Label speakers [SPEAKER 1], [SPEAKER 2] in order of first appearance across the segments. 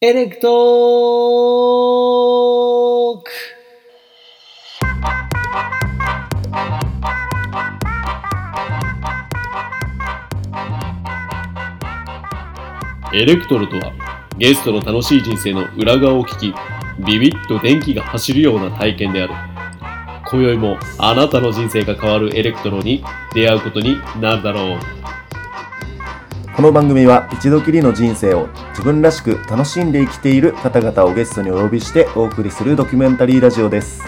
[SPEAKER 1] エレクトーク
[SPEAKER 2] エレクトロとはゲストの楽しい人生の裏側を聞きビビッと電気が走るような体験である今宵もあなたの人生が変わるエレクトロに出会うことになるだろう
[SPEAKER 3] この番組は一度きりの人生を自分らしく楽しんで生きている方々をゲストにお呼びしてお送りするドキュメンタリーラジオです。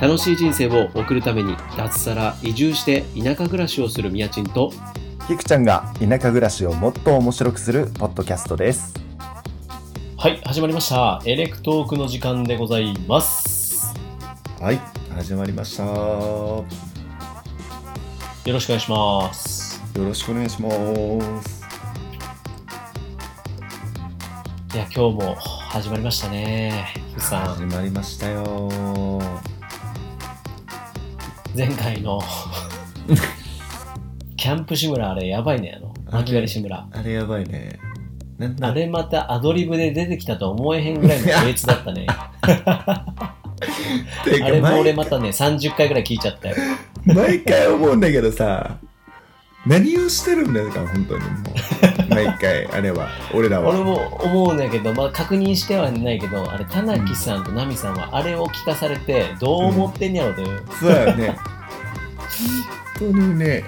[SPEAKER 2] 楽しい人生を送るために脱サラ移住して田舎暮らしをするみやちんと
[SPEAKER 3] キクちゃんが田舎暮らしをもっと面白くするポッドキャストです。
[SPEAKER 2] はい始まりましたエレクトークの時間でございます
[SPEAKER 3] はい、始まりました。よ
[SPEAKER 2] よろしくお願いします
[SPEAKER 3] ろしくお願いします。
[SPEAKER 2] いや今日も始まりましたねふさん
[SPEAKER 3] まりましたよ。
[SPEAKER 2] 前回のキャンプ志村あれやばいねあの
[SPEAKER 3] あれ
[SPEAKER 2] 巻き割り志村
[SPEAKER 3] あれやばいね。なん
[SPEAKER 2] あれまたアドリブで出てきたとは思えへんぐらいの秀逸だった ね
[SPEAKER 3] て
[SPEAKER 2] あれも俺またね30回ぐらい聞いちゃったよ
[SPEAKER 3] 毎回思うんだけどさ何をしてるんだよか本当にも う毎回あれは俺ら
[SPEAKER 2] 俺
[SPEAKER 3] は
[SPEAKER 2] も思うんだけど、まあ、確認してはないけどあれ田中さんと奈美さんはあれを聞かされてどう思ってんやろうという、
[SPEAKER 3] そうだよね本当にね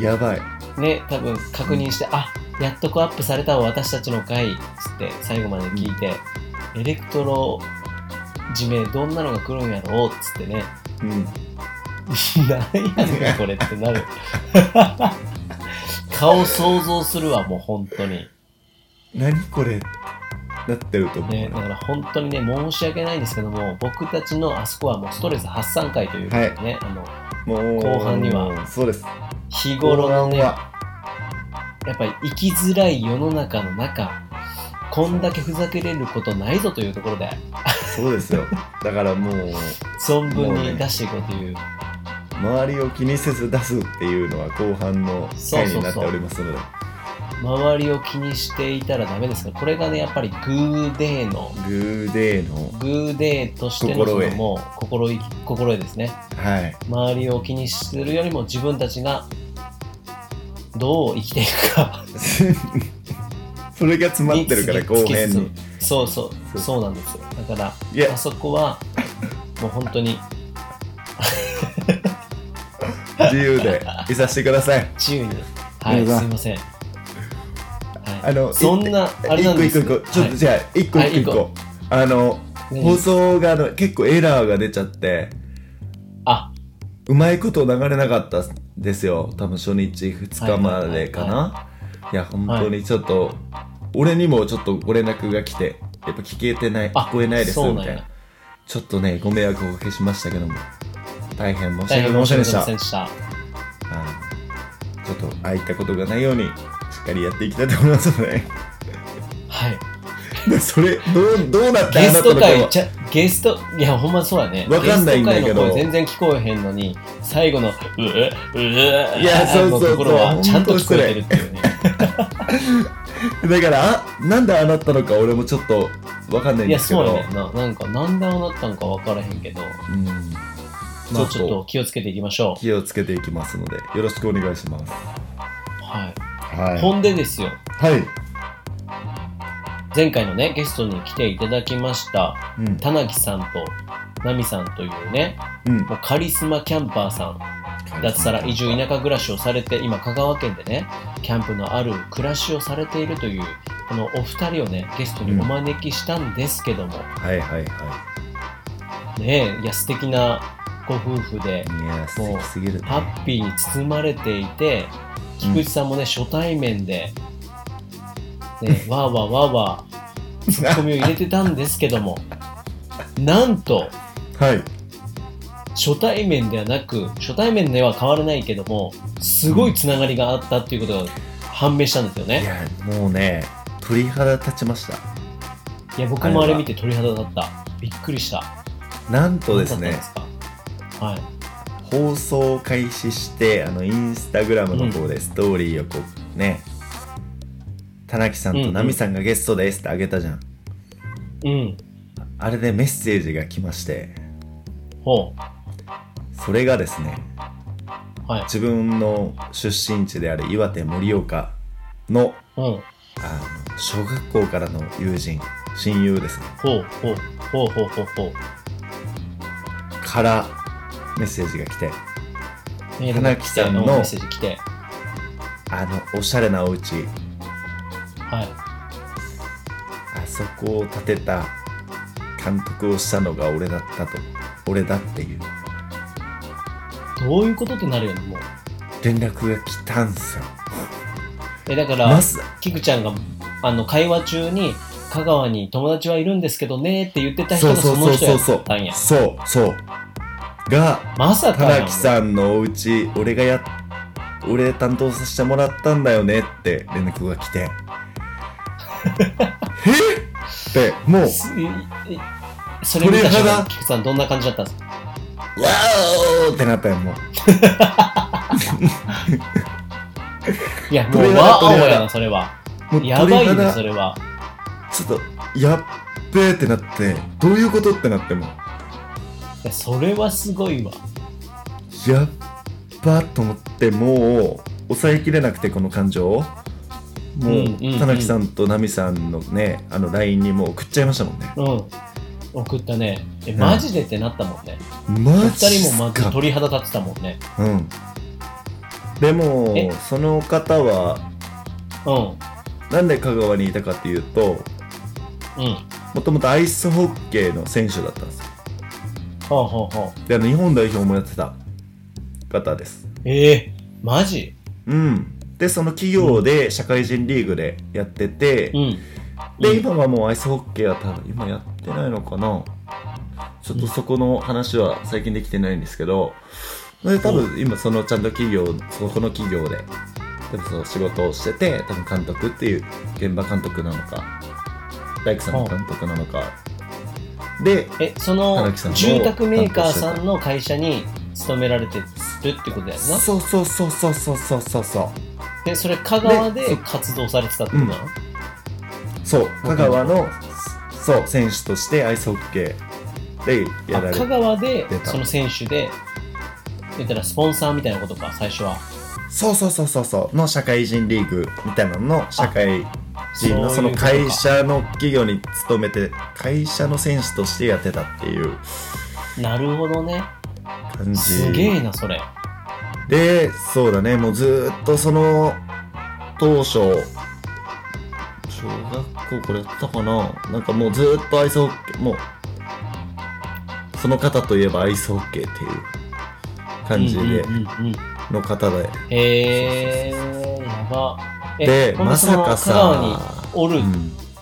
[SPEAKER 3] やばい
[SPEAKER 2] ね多分確認して、あやっとこうアップされたわ私たちの回つって最後まで聞いて、エレクトロ地名どんなのが来るんやろうっつってね
[SPEAKER 3] うん
[SPEAKER 2] なんやねんこれってなる顔想像するわもう本当に
[SPEAKER 3] 何これなってると思う、
[SPEAKER 2] ね、だから本当にね、申し訳ないんですけども、僕たちのあそこはもうストレス発散会というかね、あの
[SPEAKER 3] もう
[SPEAKER 2] 後半には
[SPEAKER 3] そうです
[SPEAKER 2] 日頃
[SPEAKER 3] 後
[SPEAKER 2] の
[SPEAKER 3] 半
[SPEAKER 2] ね、や
[SPEAKER 3] は
[SPEAKER 2] っぱり生きづらい世の中の中、こんだけふざけれることないぞというところで、
[SPEAKER 3] そうですよだからもう
[SPEAKER 2] 存分
[SPEAKER 3] もう
[SPEAKER 2] に
[SPEAKER 3] ね
[SPEAKER 2] 出していこうという、
[SPEAKER 3] 周りを気にせず出すっていうのは後半の回になっておりますので
[SPEAKER 2] 周りを気にしていたらダメですから、これがね、やっぱりグーデーの、
[SPEAKER 3] グーデーの
[SPEAKER 2] グーデーとしてのそ
[SPEAKER 3] 心
[SPEAKER 2] の
[SPEAKER 3] 得
[SPEAKER 2] もう心意気心得ですね。
[SPEAKER 3] はい
[SPEAKER 2] 周りを気にするよりも自分たちがどう生きていくか。
[SPEAKER 3] それが詰まってるから
[SPEAKER 2] 突き
[SPEAKER 3] 後
[SPEAKER 2] 突き
[SPEAKER 3] 編
[SPEAKER 2] 進
[SPEAKER 3] に
[SPEAKER 2] むそうそう
[SPEAKER 3] そう
[SPEAKER 2] そうなんですよだか
[SPEAKER 3] い
[SPEAKER 2] ら
[SPEAKER 3] や
[SPEAKER 2] あそこはもう本当に
[SPEAKER 3] 自由でいさせてください。
[SPEAKER 2] 自由にはい
[SPEAKER 3] やだ
[SPEAKER 2] すいません、はい、
[SPEAKER 3] あの
[SPEAKER 2] そんなあれなんです
[SPEAKER 3] 一個一個一個、ちょっとじゃあ一個
[SPEAKER 2] はい
[SPEAKER 3] 一個一個。あの
[SPEAKER 2] 何
[SPEAKER 3] 放送があの結構エラーが出ちゃって、
[SPEAKER 2] あ
[SPEAKER 3] うまいこと流れなかったですよ。多分初日二日までか
[SPEAKER 2] はい
[SPEAKER 3] な。いや本当にちょっと、俺にもちょっとご連絡が来て、やっぱ聞けてない
[SPEAKER 2] あ
[SPEAKER 3] 聞こえないです
[SPEAKER 2] そうなん
[SPEAKER 3] み
[SPEAKER 2] や
[SPEAKER 3] たいな。ちょっとねご迷惑をおかけしましたけども、大変申し
[SPEAKER 2] 大
[SPEAKER 3] 訳
[SPEAKER 2] 変
[SPEAKER 3] ござい
[SPEAKER 2] 申
[SPEAKER 3] ま
[SPEAKER 2] し
[SPEAKER 3] せん
[SPEAKER 2] 訳
[SPEAKER 3] で
[SPEAKER 2] ご
[SPEAKER 3] し
[SPEAKER 2] ざい
[SPEAKER 3] た
[SPEAKER 2] ませ。んでした
[SPEAKER 3] はいちょっとああいったことがないようにしっかりやっていきたいと思いますので。
[SPEAKER 2] はい
[SPEAKER 3] でそれどうどうなった
[SPEAKER 2] ゲスト
[SPEAKER 3] あな
[SPEAKER 2] 会
[SPEAKER 3] た
[SPEAKER 2] ちゃゲストいやほんまそうやね
[SPEAKER 3] わかんないんだ
[SPEAKER 2] ゲスト
[SPEAKER 3] けど
[SPEAKER 2] 会の声全然聞こえへんのに最後のうえうえ
[SPEAKER 3] いやそうそうそう
[SPEAKER 2] のところはちゃんと聞こえてるっていうね
[SPEAKER 3] の声だからあなんでああなったのか俺もちょっとわかんな
[SPEAKER 2] い
[SPEAKER 3] いんで
[SPEAKER 2] や
[SPEAKER 3] すけ
[SPEAKER 2] そう
[SPEAKER 3] ど
[SPEAKER 2] やねんななんかなんでああなったんか分からへんけど
[SPEAKER 3] うん
[SPEAKER 2] ま
[SPEAKER 3] ま
[SPEAKER 2] あ、
[SPEAKER 3] あ
[SPEAKER 2] ちょっと気をつけていきましょ
[SPEAKER 3] 気をつけていきますのでよろしくお願いします
[SPEAKER 2] う。はい。
[SPEAKER 3] はい
[SPEAKER 2] ほんでですよ、
[SPEAKER 3] はい
[SPEAKER 2] 前回のね、ゲストに来ていただきました、
[SPEAKER 3] うん
[SPEAKER 2] 田木さんと、奈美さんというね、
[SPEAKER 3] うん
[SPEAKER 2] もうカリスマキャンパーさん、脱サラ移住田舎暮らしをされて、今香川県でね、キャンプのある暮らしをされているという、このお二人をね、ゲストにお招きしたんですけども、
[SPEAKER 3] はいはいは
[SPEAKER 2] ねえ、いや、素敵なご夫婦で、
[SPEAKER 3] いいや素敵すぎるね
[SPEAKER 2] ハッピーに包まれていて、菊池さんもね、初対面で、ね、わーわーわーわー、ツッコミを入れてたんですけど も、なんと、
[SPEAKER 3] はい
[SPEAKER 2] 初対面ではなく、初対面では変わらないけども、すごいつながりがあったっていうことが判明したんですよ
[SPEAKER 3] い
[SPEAKER 2] ね。
[SPEAKER 3] やもうね鳥肌立ちました
[SPEAKER 2] いや、僕もあれ見て鳥肌だった。びっくりした。
[SPEAKER 3] なんとですね
[SPEAKER 2] どうだったんですかはい。
[SPEAKER 3] 放送開始してあのインスタグラムの方でストーリーをこうね、田中さんと奈美さんがゲストですってあげたじゃん。
[SPEAKER 2] うん。
[SPEAKER 3] あれでメッセージが来まして、
[SPEAKER 2] ほ
[SPEAKER 3] それがですね、
[SPEAKER 2] う。はい。
[SPEAKER 3] 自分の出身地である岩手盛岡の
[SPEAKER 2] うん。
[SPEAKER 3] あの小学校からの友人、親友ですね、
[SPEAKER 2] ほうほう。ほうほうほうほう。
[SPEAKER 3] からメッセージが来て、
[SPEAKER 2] メール
[SPEAKER 3] 花
[SPEAKER 2] が
[SPEAKER 3] 木
[SPEAKER 2] 来
[SPEAKER 3] さ
[SPEAKER 2] て、
[SPEAKER 3] んの
[SPEAKER 2] メッセージ来て。
[SPEAKER 3] あの、おしゃれなお家、
[SPEAKER 2] はい。
[SPEAKER 3] あそこを建てた監督をしたのが俺だったと、俺だっていう
[SPEAKER 2] どういうことってなるよね、もう。
[SPEAKER 3] 連絡が来たんすよ。
[SPEAKER 2] え、だから
[SPEAKER 3] ま、さ
[SPEAKER 2] キクちゃんが、あの、会話中に、香川に友達はいるんですけどねって言ってた人がその人やったんや。
[SPEAKER 3] そうそうが
[SPEAKER 2] まさか
[SPEAKER 3] 田
[SPEAKER 2] やん
[SPEAKER 3] 木さんのお家俺がや俺担当させてもらったんだよねって連絡が来 てえってもう「わ
[SPEAKER 2] すいいそれ見た瞬
[SPEAKER 3] 鳥肌
[SPEAKER 2] 間、キクさんどんな感じだったんですか
[SPEAKER 3] ーお!」ってなったよもう
[SPEAKER 2] いや、もう
[SPEAKER 3] 鳥肌
[SPEAKER 2] ワーオ
[SPEAKER 3] 鳥肌
[SPEAKER 2] やな、それは。
[SPEAKER 3] もう
[SPEAKER 2] やばいね、そ
[SPEAKER 3] ち
[SPEAKER 2] れは。
[SPEAKER 3] ょっとやっべーってなってどういうことってなっても
[SPEAKER 2] いや、それはすごいわ。
[SPEAKER 3] うやっばと思ってもう抑えきれなくてこの感情をもう、
[SPEAKER 2] うんうんうん
[SPEAKER 3] 田中さんと奈美さんのねあの LINE にもう送っちゃいましたもんね
[SPEAKER 2] うん。送ったね。え、
[SPEAKER 3] ん
[SPEAKER 2] マジでってなったもんね。
[SPEAKER 3] マ
[SPEAKER 2] 二
[SPEAKER 3] ジっ
[SPEAKER 2] 人も
[SPEAKER 3] す
[SPEAKER 2] まず
[SPEAKER 3] か
[SPEAKER 2] 鳥肌立ってたもんね。
[SPEAKER 3] うんでも
[SPEAKER 2] え
[SPEAKER 3] その方は
[SPEAKER 2] う
[SPEAKER 3] なんで香川にいたかっていうと
[SPEAKER 2] ん。うん。
[SPEAKER 3] もともとアイスホッケーの選手だったんですよ
[SPEAKER 2] ほうほうほう。
[SPEAKER 3] であの日本代表もやってた方です
[SPEAKER 2] ええマジ
[SPEAKER 3] うんでその企業で社会人リーグでやってて、
[SPEAKER 2] うん。
[SPEAKER 3] で今はもうアイスホッケーは多分今やってないのかなちょっとそこの話は最近できてないんですけどで多分今そのちゃんと企業そこの企業で多分その仕事をしてて多分監督っていう現場監督なのか大工さんの監督なのかで
[SPEAKER 2] え、その
[SPEAKER 3] 荒木さんの
[SPEAKER 2] 住宅メーカーさんの会社に勤められてるってことやんな。
[SPEAKER 3] そうそうそうそうそうそうそうそう
[SPEAKER 2] で、それ香川
[SPEAKER 3] でそ
[SPEAKER 2] で活動されてたってことなの、
[SPEAKER 3] そう香川のそう選手としてアイスホッケーでやら
[SPEAKER 2] あ
[SPEAKER 3] れ
[SPEAKER 2] 香
[SPEAKER 3] て
[SPEAKER 2] 川で
[SPEAKER 3] 出た
[SPEAKER 2] その選手で、言ったらスポンサーみたいなことか、最初は。
[SPEAKER 3] そうそうそうそうそうの社会人リーグみたいなのの社会人のそ
[SPEAKER 2] そうい
[SPEAKER 3] の
[SPEAKER 2] うことか
[SPEAKER 3] 会社の企業に勤めて会社の選手としてやってたっていう
[SPEAKER 2] なるほどね。
[SPEAKER 3] 感じ
[SPEAKER 2] すげえな、それ。
[SPEAKER 3] でそうだねもうずーっとその当初小学校これやったかななんかもうずーっとアイスホッケーもうその方といえばアイスホッケーっていう感じで
[SPEAKER 2] うんうんうんうん
[SPEAKER 3] の方で、
[SPEAKER 2] へえー、やば。え
[SPEAKER 3] で
[SPEAKER 2] ほん
[SPEAKER 3] まさか
[SPEAKER 2] その香川に
[SPEAKER 3] さ
[SPEAKER 2] おる
[SPEAKER 3] うん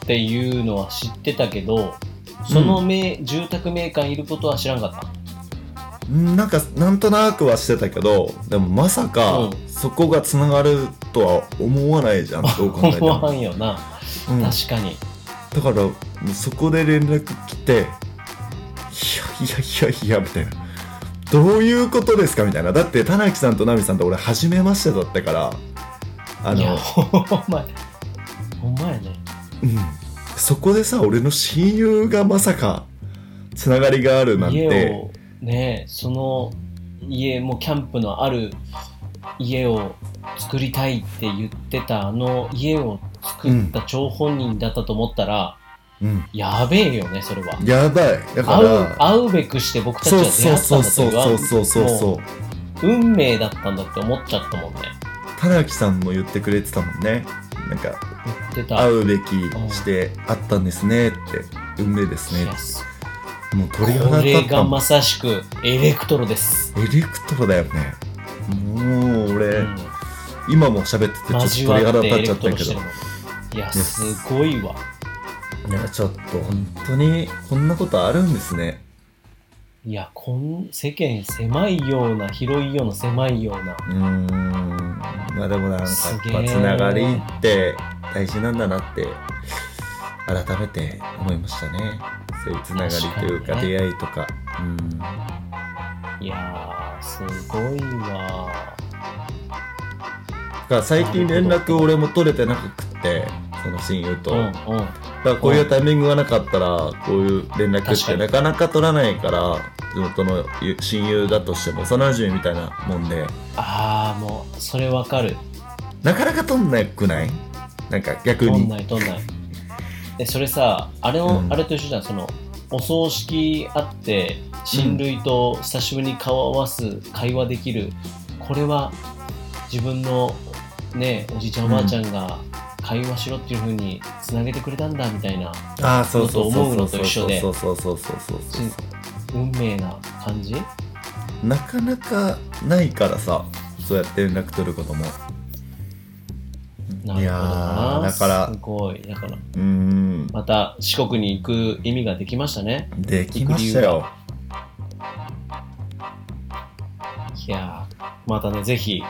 [SPEAKER 2] っていうのは知ってたけど、そのめ、住宅メーカーにいることは知らんかった。
[SPEAKER 3] うんなんかなんとなくはしてたけどでもまさか
[SPEAKER 2] うん
[SPEAKER 3] そこがつながるとは思わな いじゃんどう考えて
[SPEAKER 2] 思わ
[SPEAKER 3] も、
[SPEAKER 2] んよな、
[SPEAKER 3] うん、だ
[SPEAKER 2] 確かに
[SPEAKER 3] からもうそこで連絡来ていやいやいやいやみたいなどういうことですかみたいなだって田中さんと奈美さんと俺初めましてだったからあ
[SPEAKER 2] いや
[SPEAKER 3] の、
[SPEAKER 2] ほんまやほんまやね
[SPEAKER 3] うん、そこでさ俺の親友がまさかつながりがあるなん
[SPEAKER 2] 家
[SPEAKER 3] て
[SPEAKER 2] をねその家もうキャンプのある家を作りたいって言ってたあの家を作った張本人だったと思ったら、
[SPEAKER 3] うん
[SPEAKER 2] やべえよねそれは
[SPEAKER 3] やばいだか
[SPEAKER 2] 会う
[SPEAKER 3] ら
[SPEAKER 2] 会うべくして僕たち
[SPEAKER 3] そ
[SPEAKER 2] は
[SPEAKER 3] う
[SPEAKER 2] 出
[SPEAKER 3] そ
[SPEAKER 2] 会
[SPEAKER 3] う
[SPEAKER 2] った
[SPEAKER 3] そ
[SPEAKER 2] ん
[SPEAKER 3] う
[SPEAKER 2] だという
[SPEAKER 3] そう
[SPEAKER 2] わ
[SPEAKER 3] そうそうそうそう
[SPEAKER 2] もう運命だったんだって思っちゃったもんね
[SPEAKER 3] 田崎さんも言ってくれてたもんねなんか
[SPEAKER 2] 言ってた
[SPEAKER 3] 会うべきして会ったんですねって運命です
[SPEAKER 2] い
[SPEAKER 3] ね
[SPEAKER 2] やす
[SPEAKER 3] もう鳥
[SPEAKER 2] こ
[SPEAKER 3] 肌立
[SPEAKER 2] れ
[SPEAKER 3] った
[SPEAKER 2] が
[SPEAKER 3] もん
[SPEAKER 2] まさしくエレクトロです、
[SPEAKER 3] エレクトロだよねもう俺、
[SPEAKER 2] うん
[SPEAKER 3] 今も喋っててち
[SPEAKER 2] 交
[SPEAKER 3] ょっ
[SPEAKER 2] わ
[SPEAKER 3] と鳥
[SPEAKER 2] って
[SPEAKER 3] 肌
[SPEAKER 2] エ
[SPEAKER 3] 立っ
[SPEAKER 2] レ
[SPEAKER 3] ち
[SPEAKER 2] ク
[SPEAKER 3] ゃった
[SPEAKER 2] トロ
[SPEAKER 3] け
[SPEAKER 2] して
[SPEAKER 3] ど
[SPEAKER 2] るもんいやすごいわ
[SPEAKER 3] いやちょっと本当にこんなことあるんですね
[SPEAKER 2] いやこん世間狭いような広いような狭いような
[SPEAKER 3] うーんまあでもなんかやっ
[SPEAKER 2] すげ
[SPEAKER 3] ぱ
[SPEAKER 2] ー
[SPEAKER 3] つながりって大事なんだなって改めて思いましたねそういうつながりという
[SPEAKER 2] 確
[SPEAKER 3] か
[SPEAKER 2] かにね
[SPEAKER 3] 出会いとかうん
[SPEAKER 2] いやーすごいわ
[SPEAKER 3] だから最近連絡俺も取れてなくってそ
[SPEAKER 4] 親友と、
[SPEAKER 2] うんう
[SPEAKER 4] だ
[SPEAKER 2] ん
[SPEAKER 4] か、らこういうタイミングがなかったらこういう連絡っ
[SPEAKER 2] 確か
[SPEAKER 4] て
[SPEAKER 2] に
[SPEAKER 4] なかなか取らないから地元の親友だとしても幼馴染みたいなもんで
[SPEAKER 2] ああもうそれわかる
[SPEAKER 4] なかなか取んなくないなんか逆
[SPEAKER 2] とん
[SPEAKER 4] に
[SPEAKER 2] ないとんないえそれさあれを、
[SPEAKER 4] うん
[SPEAKER 2] あれと一緒じゃんそのお葬式あって親類と久しぶりに顔を合わす会話できる、これは自分のねおじいちゃんおばあちゃんが会話しろっていう風につなげてくれたんだみたいな
[SPEAKER 4] ああそうそうそうそう
[SPEAKER 2] と
[SPEAKER 4] そう
[SPEAKER 2] 思うのと一緒で
[SPEAKER 4] そうそうそうそうそうそう
[SPEAKER 2] 運命な感じ
[SPEAKER 4] なかなかないからさそうやって連絡取ることも
[SPEAKER 2] なるほどない
[SPEAKER 4] やーだから
[SPEAKER 2] すごいだから
[SPEAKER 4] うーん
[SPEAKER 2] また四国に行く意味ができましたね
[SPEAKER 4] できましたよ
[SPEAKER 2] いやーまたねぜひ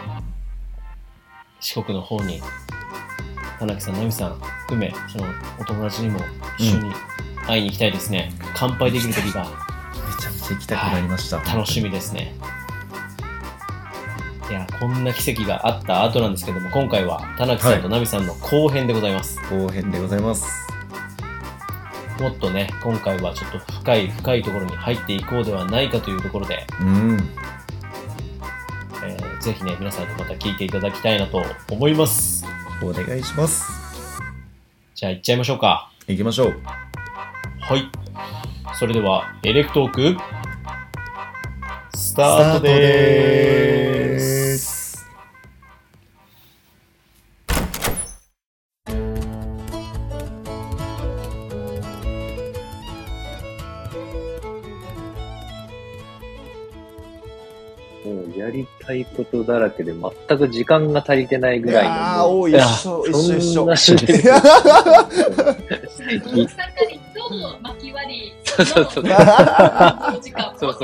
[SPEAKER 2] 四国の方に田中さん、奈美さん含めそのお友達にも一緒に会いに行きたいですね、乾杯できる時が
[SPEAKER 4] めちゃくちゃ行きたくなりました、
[SPEAKER 2] 楽しみですねいやーこんな奇跡があった後なんですけども今回は田中さんと奈美さんの後編でございます、
[SPEAKER 4] 後編でございます
[SPEAKER 2] もっとね今回はちょっと深い深いところに入っていこうではないかというところで
[SPEAKER 4] うん
[SPEAKER 2] えーぜひね、皆さんにまた聞いていただきたいなと思います。
[SPEAKER 4] お願いします
[SPEAKER 2] じゃあ、行っちゃいましょうか。
[SPEAKER 4] 行きましょう
[SPEAKER 2] はい。それでは、エレクトーク、スタートでーす。
[SPEAKER 4] す
[SPEAKER 5] もうやりたいことだらけで全く時間が足りてないぐらいの。
[SPEAKER 3] ああ、
[SPEAKER 5] もう
[SPEAKER 3] 多い、
[SPEAKER 2] い
[SPEAKER 3] 一
[SPEAKER 2] や
[SPEAKER 3] 緒、一緒、一
[SPEAKER 5] そん
[SPEAKER 3] 緒
[SPEAKER 5] な。種類
[SPEAKER 3] いや
[SPEAKER 6] 二人と巻き割り
[SPEAKER 5] そうそうそう。そうそうそ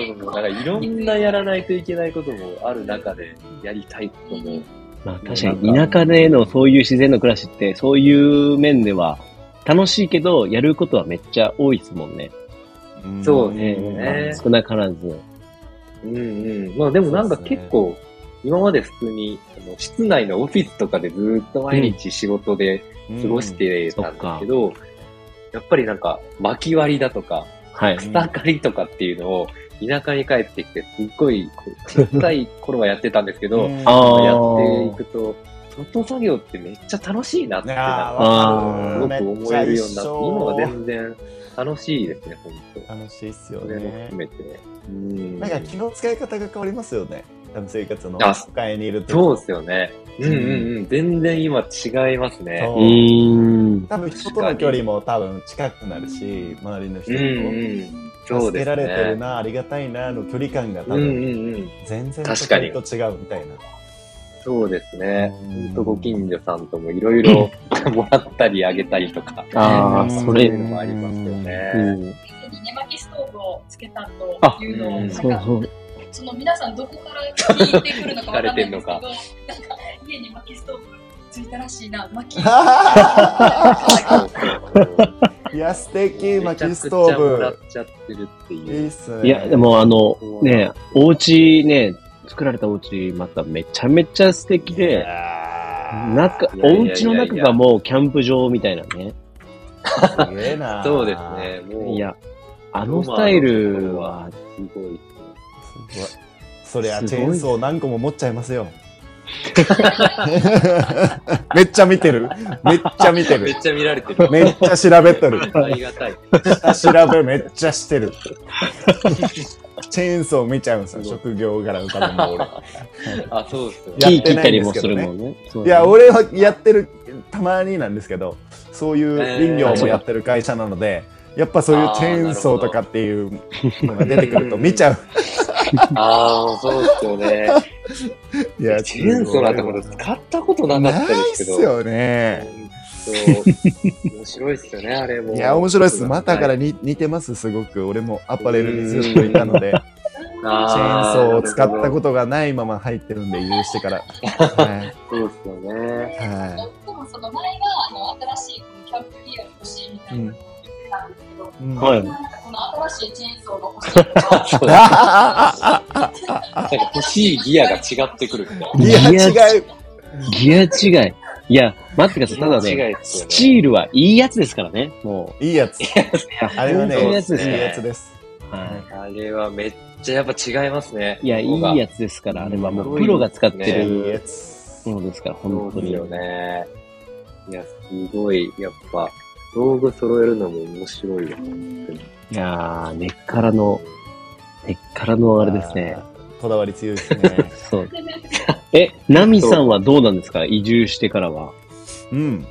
[SPEAKER 5] う。なんかいろんなやらないといけないこともある中で、やりたいことも。
[SPEAKER 2] まあ、
[SPEAKER 5] 確かに田舎でのそういう自然の暮らしって、そういう面では楽しいけど、やることはめっちゃ多いですもんね。そうね
[SPEAKER 3] うん
[SPEAKER 5] 少なからず。うんうん。まあでもなんか結構、今まで普通に、あの室内のオフィスとかでずーっと毎日仕事で、過ごし。てたんですけど、やっぱりなんか、薪割りだとか、
[SPEAKER 2] はい。
[SPEAKER 5] 草刈りとかっていうのを、田舎に帰ってきて、すっごい、こう小さい頃はやってたんですけ
[SPEAKER 3] う
[SPEAKER 5] ど、
[SPEAKER 3] ん
[SPEAKER 2] あ
[SPEAKER 5] や
[SPEAKER 2] ー
[SPEAKER 5] っていくと、外作業ってめっちゃ楽しいなって
[SPEAKER 3] あ
[SPEAKER 5] な、
[SPEAKER 3] あ、わ
[SPEAKER 5] すごく
[SPEAKER 3] かる
[SPEAKER 5] 思えるようになって、今は
[SPEAKER 3] めっちゃ一緒
[SPEAKER 5] 全然楽しいですね、本当
[SPEAKER 3] 楽しいっすよ
[SPEAKER 5] それも
[SPEAKER 3] ね
[SPEAKER 5] 含。めて。うん
[SPEAKER 3] なんか気の使い方が変わりますよね。多分生活の
[SPEAKER 5] あ
[SPEAKER 3] 都会にいると。
[SPEAKER 5] そうですよね。うんうんうん。全然今違いますね。
[SPEAKER 3] そうう多分人との距離も多分近くなるし、周りの人
[SPEAKER 5] ん
[SPEAKER 3] と。
[SPEAKER 5] うん。そう
[SPEAKER 3] 助
[SPEAKER 5] で
[SPEAKER 3] け
[SPEAKER 5] す
[SPEAKER 3] られてる
[SPEAKER 5] ね。
[SPEAKER 3] な、ありがたいなの距離感が多
[SPEAKER 5] う
[SPEAKER 3] 分
[SPEAKER 5] んうんうん。
[SPEAKER 3] 全然
[SPEAKER 5] 確かに
[SPEAKER 3] 都会と違うみたいな。
[SPEAKER 5] そうですね。
[SPEAKER 3] うん
[SPEAKER 5] ほんとご 近所さんともいろいろ もらったりあげたりとか。
[SPEAKER 3] あー
[SPEAKER 5] うん
[SPEAKER 3] それ
[SPEAKER 5] そういうのもありますよね。
[SPEAKER 6] 寝巻きストーブをつけた
[SPEAKER 5] あ
[SPEAKER 6] というのを、
[SPEAKER 5] う
[SPEAKER 6] なんん
[SPEAKER 5] そ
[SPEAKER 6] か、その皆さんどこから聞いてくるのかわかんないんですけ
[SPEAKER 5] 聞か
[SPEAKER 6] ど、なんか家に薪ストーブついたらしいな、薪。
[SPEAKER 3] いや、素敵、
[SPEAKER 5] めちゃ
[SPEAKER 3] 薪
[SPEAKER 5] く
[SPEAKER 3] ス
[SPEAKER 5] ち
[SPEAKER 3] ト
[SPEAKER 5] ゃもらっ
[SPEAKER 3] ー
[SPEAKER 5] ちゃってるっ
[SPEAKER 3] ブ。
[SPEAKER 5] て
[SPEAKER 3] い
[SPEAKER 5] いう。
[SPEAKER 3] いっす
[SPEAKER 7] い
[SPEAKER 3] ね。
[SPEAKER 7] や、で、もあの、ね、お家ね、作られたお家まためちゃめちゃ素敵で、中、
[SPEAKER 5] いやいやいや
[SPEAKER 7] お
[SPEAKER 5] いや
[SPEAKER 7] 家の中がもうキャンプ場みたいなね。
[SPEAKER 3] すげえな。
[SPEAKER 5] そうですね。もう、
[SPEAKER 7] いや、あのスタイルは、
[SPEAKER 5] すごい。
[SPEAKER 3] すごい。そりゃ、
[SPEAKER 7] すごい
[SPEAKER 3] チェーンソー何個も持っちゃいますよ。めっちゃ見てる。めっちゃ見て
[SPEAKER 5] め
[SPEAKER 3] る。
[SPEAKER 5] っちゃ見られてる。
[SPEAKER 3] めっちゃ調べとる。
[SPEAKER 5] ありがたい。
[SPEAKER 3] 調べめっちゃしてる。チェーンソー見ちゃうんですよ。職業柄の多分もう俺。
[SPEAKER 5] あ、そうですよね。
[SPEAKER 3] や
[SPEAKER 7] 木
[SPEAKER 3] って
[SPEAKER 7] 切っ
[SPEAKER 3] な
[SPEAKER 7] た
[SPEAKER 3] い
[SPEAKER 7] り
[SPEAKER 3] んで
[SPEAKER 7] も
[SPEAKER 3] すけ
[SPEAKER 7] す
[SPEAKER 3] どね
[SPEAKER 7] るもんね。そう
[SPEAKER 3] いや、俺はやってる、たまになんですけど、そういう林業もやってる会社なので、やっぱそういうチェーンソーとかっていうのが出てくると見ちゃう。
[SPEAKER 5] ああ、そうですよね。
[SPEAKER 3] い
[SPEAKER 5] いや、チェーンソーなんてこと使ったことなかったですけど。
[SPEAKER 3] ないっすよね。
[SPEAKER 5] そう。面白いっすよね、あれも。
[SPEAKER 3] いや、面白いです。またから
[SPEAKER 5] はい、
[SPEAKER 3] に似てます、すごく。俺もアパレルにずっといたので、
[SPEAKER 5] チェ
[SPEAKER 3] チェーンソーを使ったことがないまま入ってるんで、許してから。はい。
[SPEAKER 5] と。そうっすよね。
[SPEAKER 3] は
[SPEAKER 6] でもその前があの新しいこのキャンプギアが欲しいみたいなことを言ってたんですけ
[SPEAKER 3] い。
[SPEAKER 6] ど、
[SPEAKER 3] うん
[SPEAKER 7] はい。
[SPEAKER 6] なんかこの新しいチェーンソーが欲しいとか、
[SPEAKER 5] そ
[SPEAKER 3] あ
[SPEAKER 5] うなんか
[SPEAKER 3] ああああ
[SPEAKER 5] 欲しいギアが違ってくるみたいな。
[SPEAKER 3] いや、
[SPEAKER 7] ギア
[SPEAKER 3] 違う。
[SPEAKER 7] ギア違い。
[SPEAKER 2] いや、待ってください。ただ
[SPEAKER 5] 間違い
[SPEAKER 2] ね、
[SPEAKER 5] ですよ
[SPEAKER 2] ス
[SPEAKER 5] ね
[SPEAKER 2] チールはいいやつですからね、も
[SPEAKER 3] いいやつ。
[SPEAKER 2] う。
[SPEAKER 3] あれは
[SPEAKER 2] 本当
[SPEAKER 3] ね、い
[SPEAKER 2] の
[SPEAKER 3] い
[SPEAKER 2] や
[SPEAKER 3] や
[SPEAKER 2] つですね。
[SPEAKER 3] つです。
[SPEAKER 2] は
[SPEAKER 5] あれはめっちゃやっぱ違いますね。
[SPEAKER 2] い。いや、いい
[SPEAKER 5] 色が
[SPEAKER 2] やつですから、あれはもうプロが使って
[SPEAKER 5] ね
[SPEAKER 2] る
[SPEAKER 3] いいやつ。
[SPEAKER 2] ものですから、
[SPEAKER 5] そ
[SPEAKER 2] 本当
[SPEAKER 5] うです
[SPEAKER 2] に。
[SPEAKER 5] よね。いや、すごい、やっぱ、道具揃えるのも面白いわ。
[SPEAKER 2] いやー、根っからの、根っからのあれですね。。
[SPEAKER 3] ー。こだわり強いですね
[SPEAKER 2] そう。え、ナミさんはどうなんですか移住してからは。
[SPEAKER 3] うん。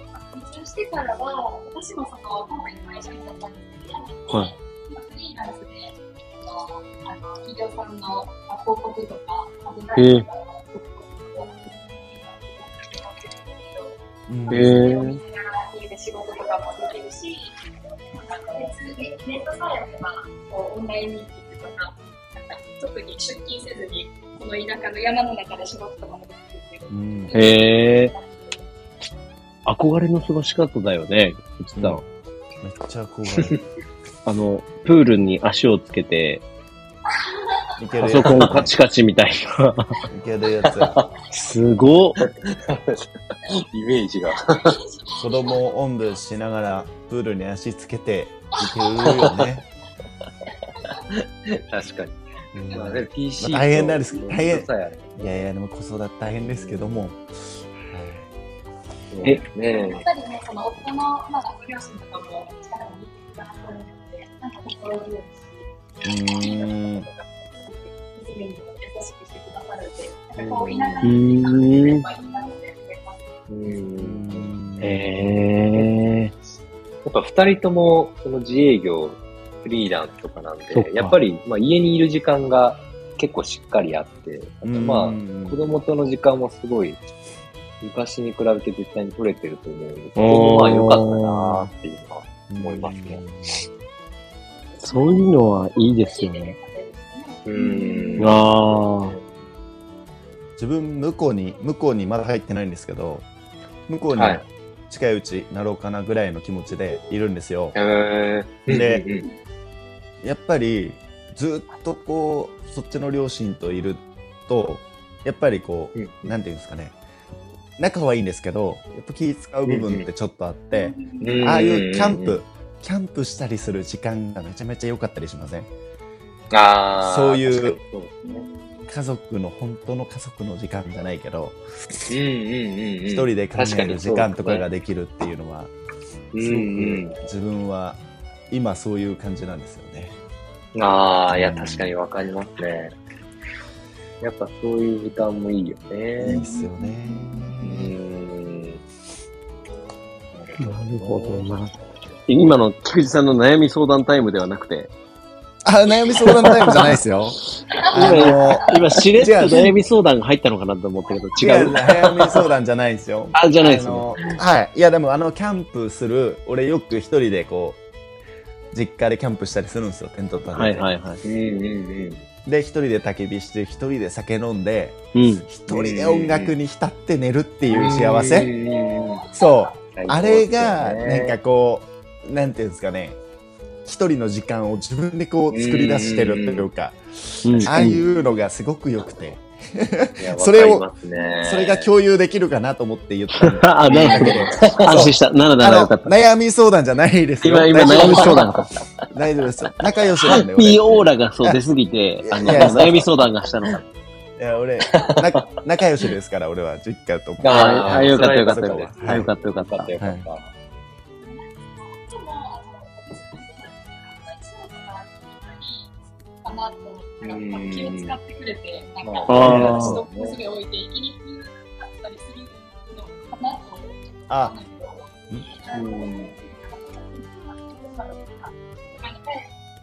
[SPEAKER 6] 移住してからは、私もその、今回の会社員だったんですけど、辞めて、
[SPEAKER 2] はい
[SPEAKER 6] 今フリーランスで、えっとあの企業さんのまあ広告とか、アドバ
[SPEAKER 2] へえ
[SPEAKER 6] イスとかを作ってるんですけど
[SPEAKER 3] うん
[SPEAKER 2] えー
[SPEAKER 6] 家で仕事とかもできるし、なんか別にネットさえあれば、こうオンラインミーティングとか、なんか特に出勤せずに、この田舎の山の中で仕事とかもできる
[SPEAKER 3] うん。
[SPEAKER 2] へえ憧れの過ごし方だよね、一さん。
[SPEAKER 3] うんめっちゃ憧れる。
[SPEAKER 2] あの、プールに足をつけて、
[SPEAKER 3] いけ
[SPEAKER 2] パ
[SPEAKER 3] るやつ。
[SPEAKER 2] ソコンカチカチみたいな。
[SPEAKER 3] いけるやつや。
[SPEAKER 2] すごっ。
[SPEAKER 5] イメージが。
[SPEAKER 3] 子供をおんぶしながらプールに足つけていけるよね。
[SPEAKER 5] 確かに。
[SPEAKER 3] うん
[SPEAKER 5] まあね、PC と
[SPEAKER 3] まあ大変なんです大変
[SPEAKER 5] さえあれば
[SPEAKER 3] いやいや、でも子育て大変ですけども。
[SPEAKER 5] そう
[SPEAKER 2] え
[SPEAKER 5] ですね
[SPEAKER 6] やっぱりね、その夫の、まあ、両親とかも力を入れてくださるので、なんか心強いし、
[SPEAKER 3] うーん。
[SPEAKER 6] 娘にも優しくしてくださるので、なんかこう、田舎
[SPEAKER 2] う
[SPEAKER 6] の時間って
[SPEAKER 2] ー
[SPEAKER 6] や
[SPEAKER 2] ん
[SPEAKER 6] っ。ぱりなので、
[SPEAKER 5] うん。
[SPEAKER 2] え
[SPEAKER 5] やっぱ二人とも、その自営業、フリーランスとかなん
[SPEAKER 2] そっか
[SPEAKER 5] で、やっぱり、まあ家にいる時間が結構しっかりあって、あとまあ、
[SPEAKER 3] 子
[SPEAKER 5] 子供との時間もすごい、昔に比べて絶対に取れてると思うんですけど、
[SPEAKER 2] おー
[SPEAKER 5] まあ良かったなーっていうのは。思いますね。
[SPEAKER 2] ー、そういうのはいいですよね。
[SPEAKER 5] う
[SPEAKER 2] あ
[SPEAKER 5] ん
[SPEAKER 2] ー。
[SPEAKER 3] 自分、向こうに、向こうにまだ入ってないんですけど、向こうに
[SPEAKER 5] はい
[SPEAKER 3] 近いうちなろうかなぐらいの気持ちでいるんですよ。
[SPEAKER 5] へー
[SPEAKER 3] で
[SPEAKER 5] うんうん
[SPEAKER 3] やっぱり、ずっとこう、そっちの両親といると、やっぱりこう、
[SPEAKER 5] うん
[SPEAKER 3] なんていうんですかね、仲はいいんですけど、やっぱ気使う部分ってちょっとあって、ああいうキャンプ、キャンプしたりする時間がめちゃめちゃ良かったりしません
[SPEAKER 5] あー
[SPEAKER 3] そういう
[SPEAKER 5] 確かにそうですね
[SPEAKER 3] 家族の本当の家族の時間じゃないけど
[SPEAKER 5] うんうんうんうん
[SPEAKER 3] 一、人で考
[SPEAKER 5] 確
[SPEAKER 3] え
[SPEAKER 5] か
[SPEAKER 3] る
[SPEAKER 5] に
[SPEAKER 3] 時
[SPEAKER 5] そうです
[SPEAKER 3] 間
[SPEAKER 5] ね
[SPEAKER 3] とかができるっていうのは
[SPEAKER 5] う
[SPEAKER 3] すご
[SPEAKER 5] ん
[SPEAKER 3] く自分は今そういう感じなんですよね。
[SPEAKER 5] うん、ああ、いや、確かにわかりますね。やっぱそういう時間もいいよ
[SPEAKER 3] いい
[SPEAKER 5] ね
[SPEAKER 3] で。すよね。
[SPEAKER 5] うん。
[SPEAKER 2] なるほどな。 今の菊池さんの悩み相談タイムではなくて、
[SPEAKER 3] あ悩み相談タイムじゃないですよ。あの
[SPEAKER 2] 今、しれっと悩み相談が入ったのかなと思ったけど、 違
[SPEAKER 3] 違う
[SPEAKER 2] う。
[SPEAKER 3] 悩み相談じゃないですよ。
[SPEAKER 2] あ、じゃないです
[SPEAKER 3] あ
[SPEAKER 2] ね。
[SPEAKER 3] のはい。いやでもあのキャンプする俺よく一人でこう実家でキャンプしたりするんですよテント立てて。
[SPEAKER 2] はいはいはい。
[SPEAKER 5] うんうん。
[SPEAKER 3] で一人で焚き火して一人で酒飲んで
[SPEAKER 2] うん。
[SPEAKER 3] 一人で音楽に浸って寝るっていううん幸せ
[SPEAKER 5] せ
[SPEAKER 3] そうあれがなんかこうなんていうんですかね一人の時間を自分でこう作り出してるっていうか
[SPEAKER 2] うん
[SPEAKER 3] ああいうのがすごく良くて
[SPEAKER 5] か
[SPEAKER 3] それを
[SPEAKER 5] そ
[SPEAKER 3] それが共有できるかなと思って言ったん
[SPEAKER 2] あ、 な
[SPEAKER 3] だ
[SPEAKER 2] る
[SPEAKER 3] け
[SPEAKER 2] ほ
[SPEAKER 3] ど
[SPEAKER 2] ど。安心した。ならなら
[SPEAKER 3] あ
[SPEAKER 2] よ
[SPEAKER 3] の
[SPEAKER 2] かった。
[SPEAKER 3] 悩み相談じゃないですよ
[SPEAKER 2] 今、今、
[SPEAKER 3] 大丈夫
[SPEAKER 2] 悩み相談が。
[SPEAKER 3] 大丈夫ですよ仲良し
[SPEAKER 2] ハ
[SPEAKER 3] なんで
[SPEAKER 2] ッピ
[SPEAKER 3] 俺
[SPEAKER 2] ーオーラがそう出すぎて、あの、
[SPEAKER 3] いやそう
[SPEAKER 2] 悩み相談がしたのか。
[SPEAKER 3] いや俺な仲良しですから俺は実家とも
[SPEAKER 5] あー
[SPEAKER 2] ああ、よかったよかった
[SPEAKER 3] そうかそうか
[SPEAKER 2] あよかったよかった。
[SPEAKER 5] よかった。
[SPEAKER 6] でも、あの私の人たちが一緒とかにかなと思って、なんか気を使ってくれて、なんか、
[SPEAKER 2] あー
[SPEAKER 6] 私と娘を置いて、イギリスだったりするのかなと思って。
[SPEAKER 3] あ
[SPEAKER 5] うん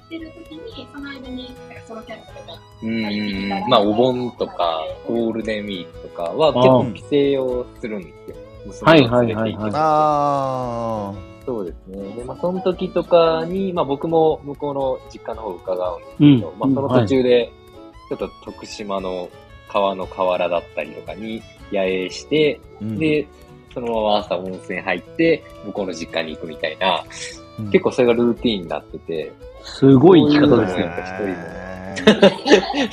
[SPEAKER 6] てる時に、その間に、ソロキャンプとか、
[SPEAKER 5] うんうんうんまあ、お盆とか、ゴールデンウィークとかは結
[SPEAKER 2] あ
[SPEAKER 5] 構
[SPEAKER 2] ー
[SPEAKER 5] 帰省をするんですよ。
[SPEAKER 2] は
[SPEAKER 5] 娘
[SPEAKER 2] い
[SPEAKER 5] を
[SPEAKER 2] はい
[SPEAKER 5] 連れ
[SPEAKER 2] は
[SPEAKER 5] て
[SPEAKER 2] い
[SPEAKER 5] 行
[SPEAKER 2] は
[SPEAKER 5] っ
[SPEAKER 2] い
[SPEAKER 5] て。
[SPEAKER 3] あ
[SPEAKER 5] そうですね。で、まあ、その時とかに、まあ、僕も向こうの実家の方を伺うんですけど、
[SPEAKER 2] うん
[SPEAKER 5] まあ、その途中で、ちょっと徳島の川の河原だったりとかに野営して、
[SPEAKER 3] ーうん
[SPEAKER 5] で、そのまま朝温泉入って、向こうの実家に行くみたいな、
[SPEAKER 3] うん
[SPEAKER 5] 結構それがルーティーンになってて、
[SPEAKER 2] すごい生き方ですね。
[SPEAKER 3] ね。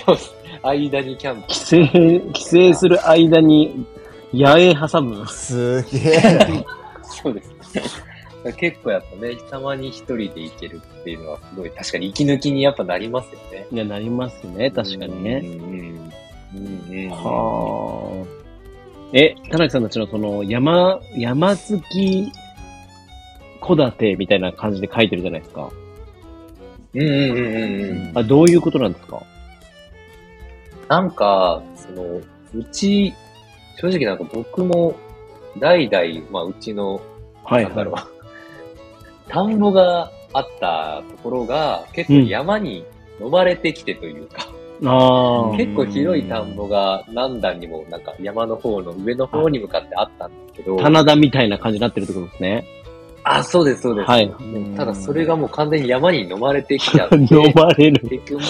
[SPEAKER 5] そうです間にキャンプ
[SPEAKER 2] 帰省、帰省する間に野営挟む。
[SPEAKER 3] すげ え。
[SPEAKER 5] そうです。 結構やっぱね、たまに一人で行けるっていうのはすごい、確かに息抜きにやっぱなりますよね。
[SPEAKER 2] いや、なりますね、確かにね。
[SPEAKER 5] うんうんうんうん。
[SPEAKER 2] はあ。え、田中さんたちのその山、山付き戸建てみたいな感じで書いてるじゃないですか。
[SPEAKER 5] うんうんうんうんうん。
[SPEAKER 2] あどういうことなんですか
[SPEAKER 5] なんか、その、うち、正直なんか僕も、代々、まあうちの、
[SPEAKER 2] はい
[SPEAKER 5] なんだろう、 田んぼがあったところが、結構山に飲まれてきてというか、
[SPEAKER 2] ああ。
[SPEAKER 5] 結構広い田んぼが何段にも、なんか山の方の上の方に向かってあったんですけど、
[SPEAKER 2] 棚田みたいな感じになってるってことですね。
[SPEAKER 5] あ、そうです、そうです。
[SPEAKER 2] はい。
[SPEAKER 5] ただそれがもう完全に山 に飲まれてきちゃって、
[SPEAKER 2] 飲まれ る。
[SPEAKER 5] 結局も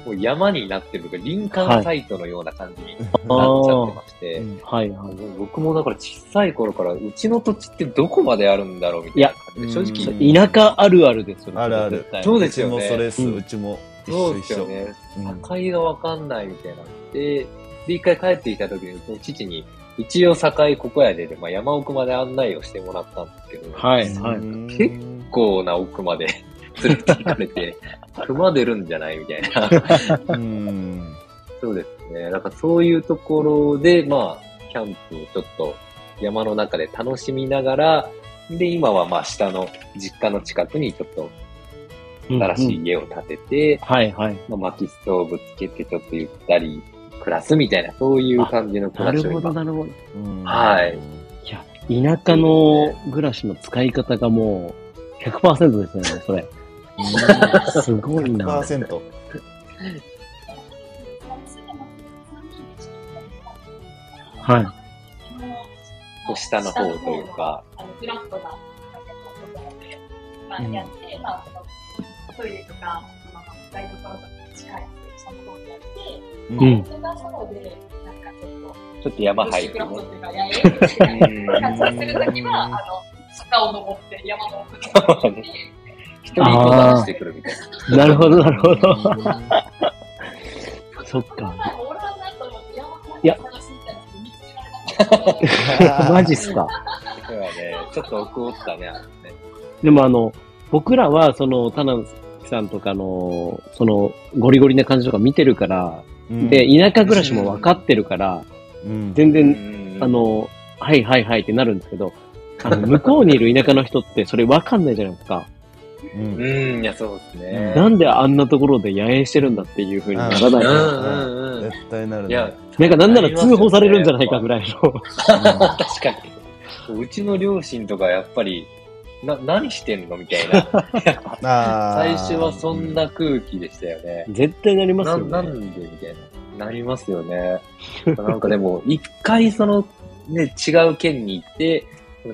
[SPEAKER 5] う、もう山になってるというか、林間サイトのような感じになっちゃってまして、
[SPEAKER 2] はいはい。
[SPEAKER 5] 僕もだから小さい頃から、うちの土地ってどこまであるんだろうみたいな感じで、
[SPEAKER 3] いや
[SPEAKER 5] 正
[SPEAKER 3] う
[SPEAKER 5] 直、
[SPEAKER 3] ん
[SPEAKER 2] 田舎あるあるですよね。
[SPEAKER 3] あるある
[SPEAKER 2] 絶対
[SPEAKER 5] そう
[SPEAKER 3] う
[SPEAKER 5] です
[SPEAKER 3] ち
[SPEAKER 5] よね
[SPEAKER 3] もそれっす、
[SPEAKER 2] うん
[SPEAKER 3] うちも一
[SPEAKER 5] そう
[SPEAKER 3] 緒
[SPEAKER 5] です
[SPEAKER 3] 一
[SPEAKER 5] よ
[SPEAKER 3] 緒。
[SPEAKER 5] ね。
[SPEAKER 3] うん
[SPEAKER 5] 境がわかんないみたいになって、で、一回帰ってきた時に、うちの父に、一応境ここやで、でまあ、山奥まで案内をしてもらったんですけど、
[SPEAKER 2] はいはい。
[SPEAKER 5] 結結構な奥まで 連れて行かれて、熊出るんじゃないみたいな。
[SPEAKER 3] 構。うん。
[SPEAKER 5] そうですね。なんかそういうところで、まあ、キャンプをちょっと山の中で楽しみながら、で、今はまあ下の実家の近くにちょっと新し
[SPEAKER 2] うんうん
[SPEAKER 5] い家を建てて、
[SPEAKER 2] はいはい。
[SPEAKER 5] まあ、薪ストーブつけてちょっとゆったり暮らすみたいな、そういう感じの暮
[SPEAKER 2] な
[SPEAKER 5] らし
[SPEAKER 2] る
[SPEAKER 5] を
[SPEAKER 2] ほど、
[SPEAKER 5] 今
[SPEAKER 2] なるほど。
[SPEAKER 3] うん
[SPEAKER 5] はい。
[SPEAKER 2] いや、田舎の暮らしの使い方がもう100%ですね、そ れ。すごいな。
[SPEAKER 3] 100%。
[SPEAKER 2] はい
[SPEAKER 6] い
[SPEAKER 5] 下の方というか、
[SPEAKER 6] あのフラットなところで、まあ、やって、まあ、そのトイレとか、まあ、台所とかに近い下の方でやって、
[SPEAKER 3] うん
[SPEAKER 2] うん
[SPEAKER 6] それがそうで、なんかちょっと、
[SPEAKER 5] ちょっと山
[SPEAKER 6] ブッ
[SPEAKER 5] 入
[SPEAKER 6] シュ
[SPEAKER 5] る
[SPEAKER 6] クラフト
[SPEAKER 5] ね。
[SPEAKER 6] っていうか、やえみたいな
[SPEAKER 5] うん
[SPEAKER 6] 感じするときは、あの、坂を登って、山の奥とかに行って、
[SPEAKER 5] 一人登山してくるみたいな。
[SPEAKER 2] なるほど、なるほど。そっか。
[SPEAKER 6] まあ、俺はないと思って、山の
[SPEAKER 2] いや
[SPEAKER 6] 奥探しに行ったんですけど、見つけられなかったの で。
[SPEAKER 2] マジっすか。
[SPEAKER 5] だからね、ちょっと奥おったね、あのね。
[SPEAKER 2] でもあの、僕らは、その、田中さんとかの、その、ゴリゴリな感じとか見てるから、
[SPEAKER 3] うん
[SPEAKER 2] で、、田舎暮らしも分かってるから、
[SPEAKER 3] うん
[SPEAKER 2] 全然
[SPEAKER 5] うん
[SPEAKER 2] あ、の、はいはいはいってなるんですけど、あの、向こうにいる田舎の人ってそれわかんないじゃないですか。
[SPEAKER 3] う
[SPEAKER 5] うんん、いや、そうですね。
[SPEAKER 2] なんであんなところで野営してるんだっていう風にならない
[SPEAKER 5] うん
[SPEAKER 2] か。
[SPEAKER 5] うんうん。
[SPEAKER 3] 絶対なる
[SPEAKER 5] い
[SPEAKER 3] ね。
[SPEAKER 5] や、
[SPEAKER 2] なんかなんなら通報されるんじゃないかぐらいの。
[SPEAKER 5] 確かに。うちの両親とかやっぱり、な、何してんのみたいな。最
[SPEAKER 3] 最
[SPEAKER 5] 初はそん。な空気でしたよね。
[SPEAKER 2] 絶対なります
[SPEAKER 5] な
[SPEAKER 2] よ
[SPEAKER 5] な
[SPEAKER 2] ね。
[SPEAKER 5] んでみたいな。なりますよね。なんかでも、一回その、ね、違う県に行って、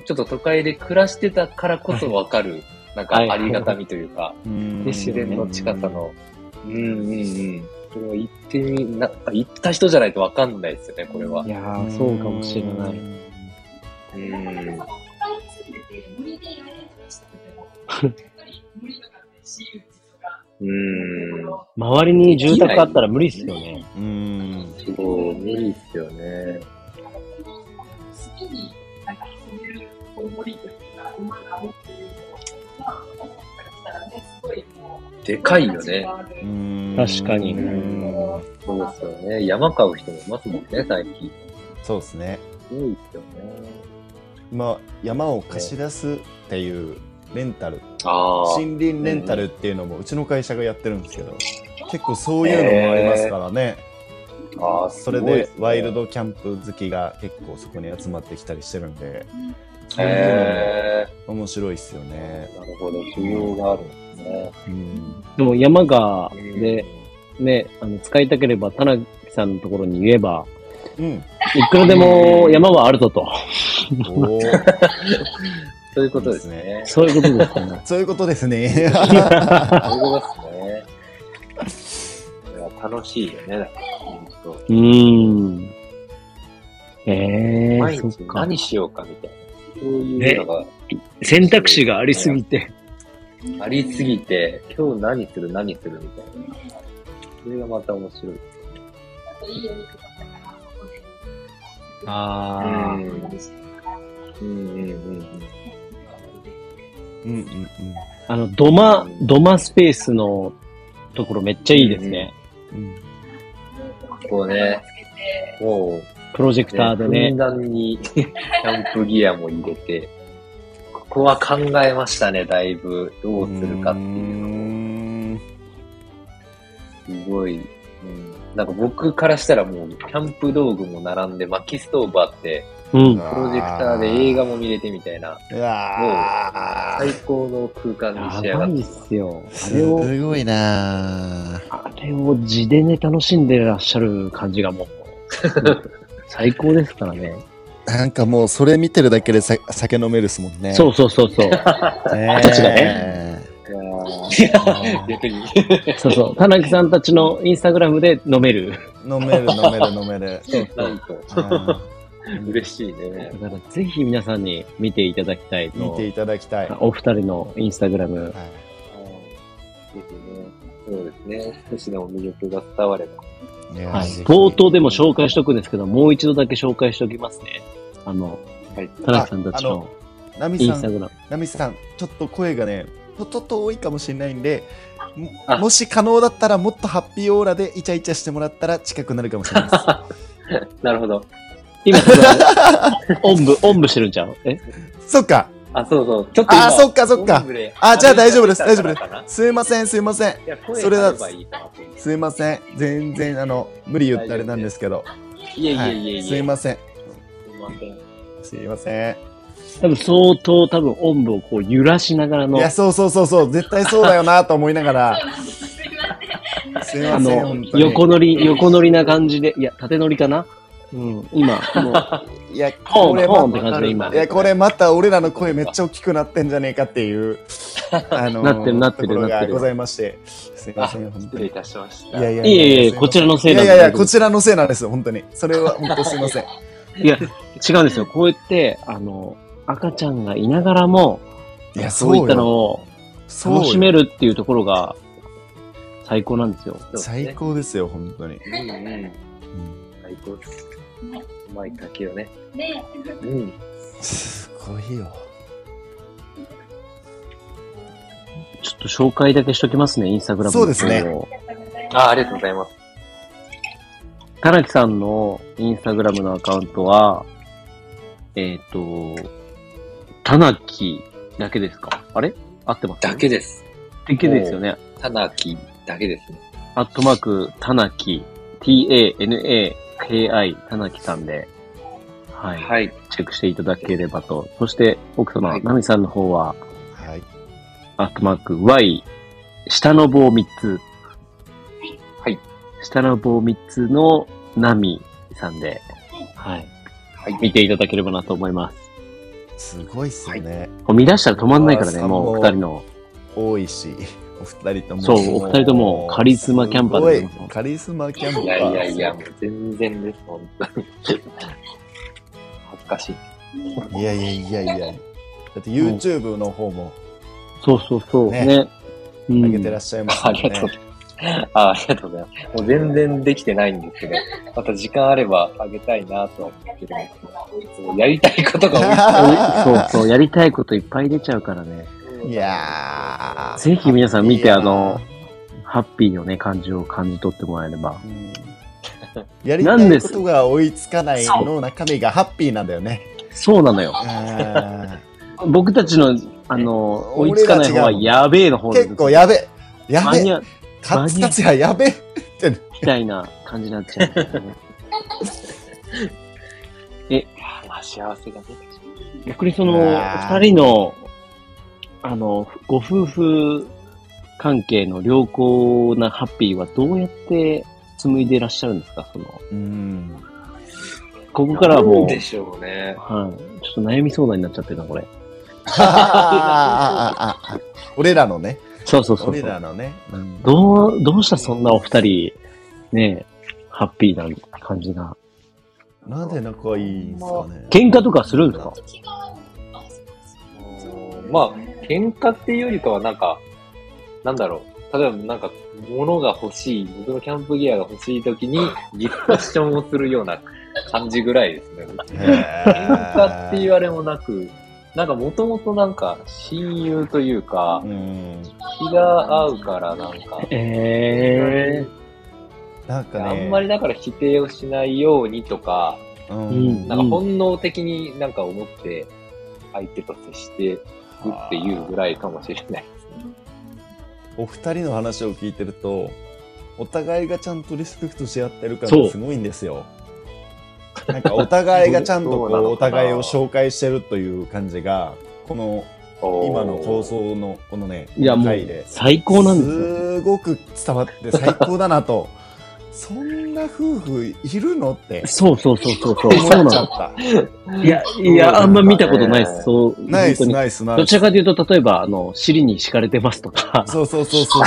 [SPEAKER 5] ちょっと都会で暮らしてたからこそわかる、なんか
[SPEAKER 2] はい
[SPEAKER 5] ありがたみというか、
[SPEAKER 3] うん
[SPEAKER 5] ね自然の近さの。うんうんうん。それは行ってみ、な、行った人じゃないとわかんないですよね、これは。
[SPEAKER 2] いやー、そうかもしれない。
[SPEAKER 5] う
[SPEAKER 6] なかなか
[SPEAKER 5] ん
[SPEAKER 6] その都会に住んでて、森でやれとかしたくても、やっぱり森とかって私有地とか、
[SPEAKER 5] う
[SPEAKER 6] そういうんとこ。ろ
[SPEAKER 2] 周りに住宅あったら無理っすよね。
[SPEAKER 3] うん。
[SPEAKER 5] そう、無理っすよね。
[SPEAKER 6] 好きに、なんか、そういう森というか、馬が持っているのまあ、思ったらしたらね、すごいもう、
[SPEAKER 5] でかいよね。
[SPEAKER 3] うん
[SPEAKER 2] 確かに
[SPEAKER 3] うん
[SPEAKER 5] そうっすよね。山買う人もいますもんね、最近。
[SPEAKER 3] そうですね。
[SPEAKER 5] すごいっすよね。
[SPEAKER 3] まあ、山を貸し出すっていうレンタル、
[SPEAKER 5] ああ。
[SPEAKER 3] 森林レンタルっていうのもうちの会社がやってるんですけど、結構そういうのもありますからね。
[SPEAKER 5] ああ、
[SPEAKER 3] それでワイル。ドキャンプ好きが結構そこに集まってきたりしてるんで、そういう
[SPEAKER 5] へえ。
[SPEAKER 3] のも面白いですよね。
[SPEAKER 5] なるほど、需要があるんですね。
[SPEAKER 3] うん。
[SPEAKER 2] でも山が、で、ね、あの使いたければ、田中さんのところに言えば、
[SPEAKER 3] うん。
[SPEAKER 2] いくらでも山はあるぞと。
[SPEAKER 3] おー
[SPEAKER 5] そういうことですね。
[SPEAKER 2] そういうことですか ね。
[SPEAKER 3] そういうことですね。
[SPEAKER 5] そういうことですね。いや楽しいよね、だから本当。
[SPEAKER 2] うーん。ええ
[SPEAKER 5] 毎
[SPEAKER 2] ー、そ
[SPEAKER 5] 日
[SPEAKER 2] っか。
[SPEAKER 5] 何しようかみたいな。そういうのが
[SPEAKER 2] 選択肢がありすぎて。
[SPEAKER 5] ありすぎて、今日何する何するみたいな。それがまた面白い。
[SPEAKER 6] いいお肉だったから、そこで。
[SPEAKER 2] ああ、
[SPEAKER 5] うんうんうん
[SPEAKER 2] うんうんうん。あの、ドマ、ドマスペースのところめっちゃいいですね。うん
[SPEAKER 5] そうね。もう、
[SPEAKER 2] プロジェクターでね。
[SPEAKER 5] ふんだんにキャンプギアも入れて、ここは考えましたね、だいぶ。どうするかっていうのを。すごい、うん。なんか僕からしたらもう、キャンプ道具も並んで、薪ストーブあって、
[SPEAKER 2] うん、
[SPEAKER 5] プロジェクターで映画も見れてみたいな。
[SPEAKER 8] うわ
[SPEAKER 5] もう、最高の空間に仕上がって
[SPEAKER 2] ます。よ。
[SPEAKER 3] あれを。すごいな
[SPEAKER 2] あれを地でね、楽しんでらっしゃる感じが もう、最高ですからね。
[SPEAKER 3] なんかもう、それ見てるだけでさ酒飲めるっすもんね。
[SPEAKER 2] そうそうそう そう。ね、たちがね。
[SPEAKER 5] いや、逆に。
[SPEAKER 2] そうそう。田中さんたちのインスタグラムで飲める。
[SPEAKER 3] 飲める、飲める、飲 める。
[SPEAKER 5] そうそう。嬉しいね。
[SPEAKER 2] だからぜひ皆さんに見ていただきたい
[SPEAKER 3] 見ていただきたい。
[SPEAKER 2] お二人のインスタグラム。はい。
[SPEAKER 5] そうですね。少しでも魅力が伝われば。
[SPEAKER 2] はい、冒頭でも紹介しとくんですけど、もう一度だけ紹介しておきますね。あの、はい、田中さんたちのインスタグラム。
[SPEAKER 3] ナミさん、ちょっと声がね、ちょっと遠いかもしれないんで、もし可能だったらもっとハッピーオーラでイチャイチャしてもらったら近くなるかもしれない
[SPEAKER 5] です。なるほど。
[SPEAKER 2] 今、 おんぶ、おんぶしてるんちゃうえ
[SPEAKER 3] そっか。
[SPEAKER 5] あ、そうそう。ちょっ
[SPEAKER 3] とあ、そっかそっか。あ、じゃあ大丈夫です、大丈夫です。すいません、すいません。それだ。すいません。全然、あの、無理言ったあれなんですけど。
[SPEAKER 5] いえいえいえ。
[SPEAKER 3] すいません。
[SPEAKER 5] す
[SPEAKER 3] いません。
[SPEAKER 2] 多分相当多分音部をこう揺らしながらの。
[SPEAKER 3] いや、そうそうそうそう、絶対そうだよなと思いながら。
[SPEAKER 2] すいません。あの、横乗り、横乗りな感じで、いや、縦乗りかなうん、今、
[SPEAKER 3] いや、
[SPEAKER 2] これ、コーンって感じで今。
[SPEAKER 3] いや、これまた俺らの声めっちゃ大きくなってんじゃねえかっていう、
[SPEAKER 2] あの、なってるなってるなってる。
[SPEAKER 3] ございまして、すいません、
[SPEAKER 5] 失礼いたしました。
[SPEAKER 2] いやいやいや、こちらのせい
[SPEAKER 3] なんいやいや、こちらのせいなんです、本当に。それは本当すいません。
[SPEAKER 2] いや、違うんですよ。こうやって、あの、赤ちゃんがいながらも、いやそういったのを楽しめるっていうところが最高なんですよ。
[SPEAKER 3] 最高ですよ、本当に。
[SPEAKER 5] 最高です。うまい竹をね。
[SPEAKER 6] ね
[SPEAKER 5] うん。
[SPEAKER 3] すごいよ。
[SPEAKER 2] ちょっと紹介だけしときますね、インスタグラム
[SPEAKER 3] そうですね。
[SPEAKER 5] あありがとうございます。
[SPEAKER 2] 田中さんのインスタグラムのアカウントは、えっ、と、たなきだけですかあれ合ってます
[SPEAKER 5] だけです。
[SPEAKER 2] だけですよね。
[SPEAKER 5] たなきだけですね。
[SPEAKER 2] アットマーク、たなき、t-a-n-a-k-i、たなきさんで、はい。はい、チェックしていただければと。そして、奥様、なみ、はい、さんの方は、
[SPEAKER 3] はい。。
[SPEAKER 2] アットマーク、y、下の棒3つ。
[SPEAKER 5] はい。
[SPEAKER 2] 下の棒3つのなみさんで、はい。はい、見ていただければなと思います
[SPEAKER 3] すごいっすね。はい、
[SPEAKER 2] こう見出したら止まんないからね、もう二人の。
[SPEAKER 3] 多いし、お二人とも。
[SPEAKER 2] そう、お二人ともカリスマキャンパー
[SPEAKER 3] です。カリスマキャンパー。い
[SPEAKER 5] やいやいや、もう全然です、本当に。 恥ずかし
[SPEAKER 3] い。いやいやいやいや。だって YouTube の方も。
[SPEAKER 2] そうそうそう、ね。ね
[SPEAKER 3] 上げてらっしゃいますね。ありがとう
[SPEAKER 5] あありがとうございます。もう全然できてないんですけ ど、また時間あればあげたいなとは思ってるんですけど、やりたいことが
[SPEAKER 2] 多い。そうそう、やりたいこといっぱい出ちゃうから ね。
[SPEAKER 3] いや
[SPEAKER 2] ぜひ皆さん見て、あの、ハッピーのね、感じを感じ取ってもらえれば。
[SPEAKER 3] やりたいことが追いつかないの中身がハッピーなんだよね。
[SPEAKER 2] そうなのよ。僕たちの、あの、追いつかない方はやべえの方
[SPEAKER 3] 結構やべえ。やべえ。カツカツややべって、ね、
[SPEAKER 2] みたいな感じになっちゃう、ね、え、
[SPEAKER 5] まあ幸せが出て
[SPEAKER 2] 逆にその、二人の、あの、ご夫婦関係の良好なハッピーはどうやって紡いでいらっしゃるんですかその。
[SPEAKER 3] うん。
[SPEAKER 2] ここからはもう。
[SPEAKER 5] でしょうね。
[SPEAKER 2] はい、ちょっと悩み相談になっちゃってるな、これ。
[SPEAKER 3] 俺らのね。
[SPEAKER 2] そうそうそう。
[SPEAKER 3] 俺らのね。うん、
[SPEAKER 2] どう、どうしたそんなお二人、ね、ハッピーな感じが。
[SPEAKER 3] なんで仲いいんですかね。
[SPEAKER 2] 喧嘩とかするんですか
[SPEAKER 5] まあ、喧嘩っていうよりかはなんか、なんだろう。例えばなんか、物が欲しい、僕のキャンプギアが欲しい時に、ディスカッションをするような感じぐらいですね。 喧嘩って言われもなく、なんかもともとなんか親友というか、気が合うからなんか。
[SPEAKER 2] え
[SPEAKER 5] ー、なんか、ね、あんまりだから否定をしないようにとか、うん、なんか本能的になんか思って相手と接してるっていうぐらいかもしれないですね。
[SPEAKER 3] お二人の話を聞いてると、お互いがちゃんとリスペクトし合ってるからすごいんですよ。なんかお互いがちゃんとこうお互いを紹介してるという感じが、この今の放送のこのね、
[SPEAKER 2] いやもう最高なんですよ、
[SPEAKER 3] ね。すごく伝わって最高だなと。 そんな夫婦いるのって。
[SPEAKER 2] そうそうそうそうそう。そうなの。いや、いや、あんま見たことないです。そう。
[SPEAKER 3] ナイス、ナイス、ナ
[SPEAKER 2] イス。どちらかというと、例えば、あの、尻に敷かれてますとか。
[SPEAKER 3] そうそうそうそう。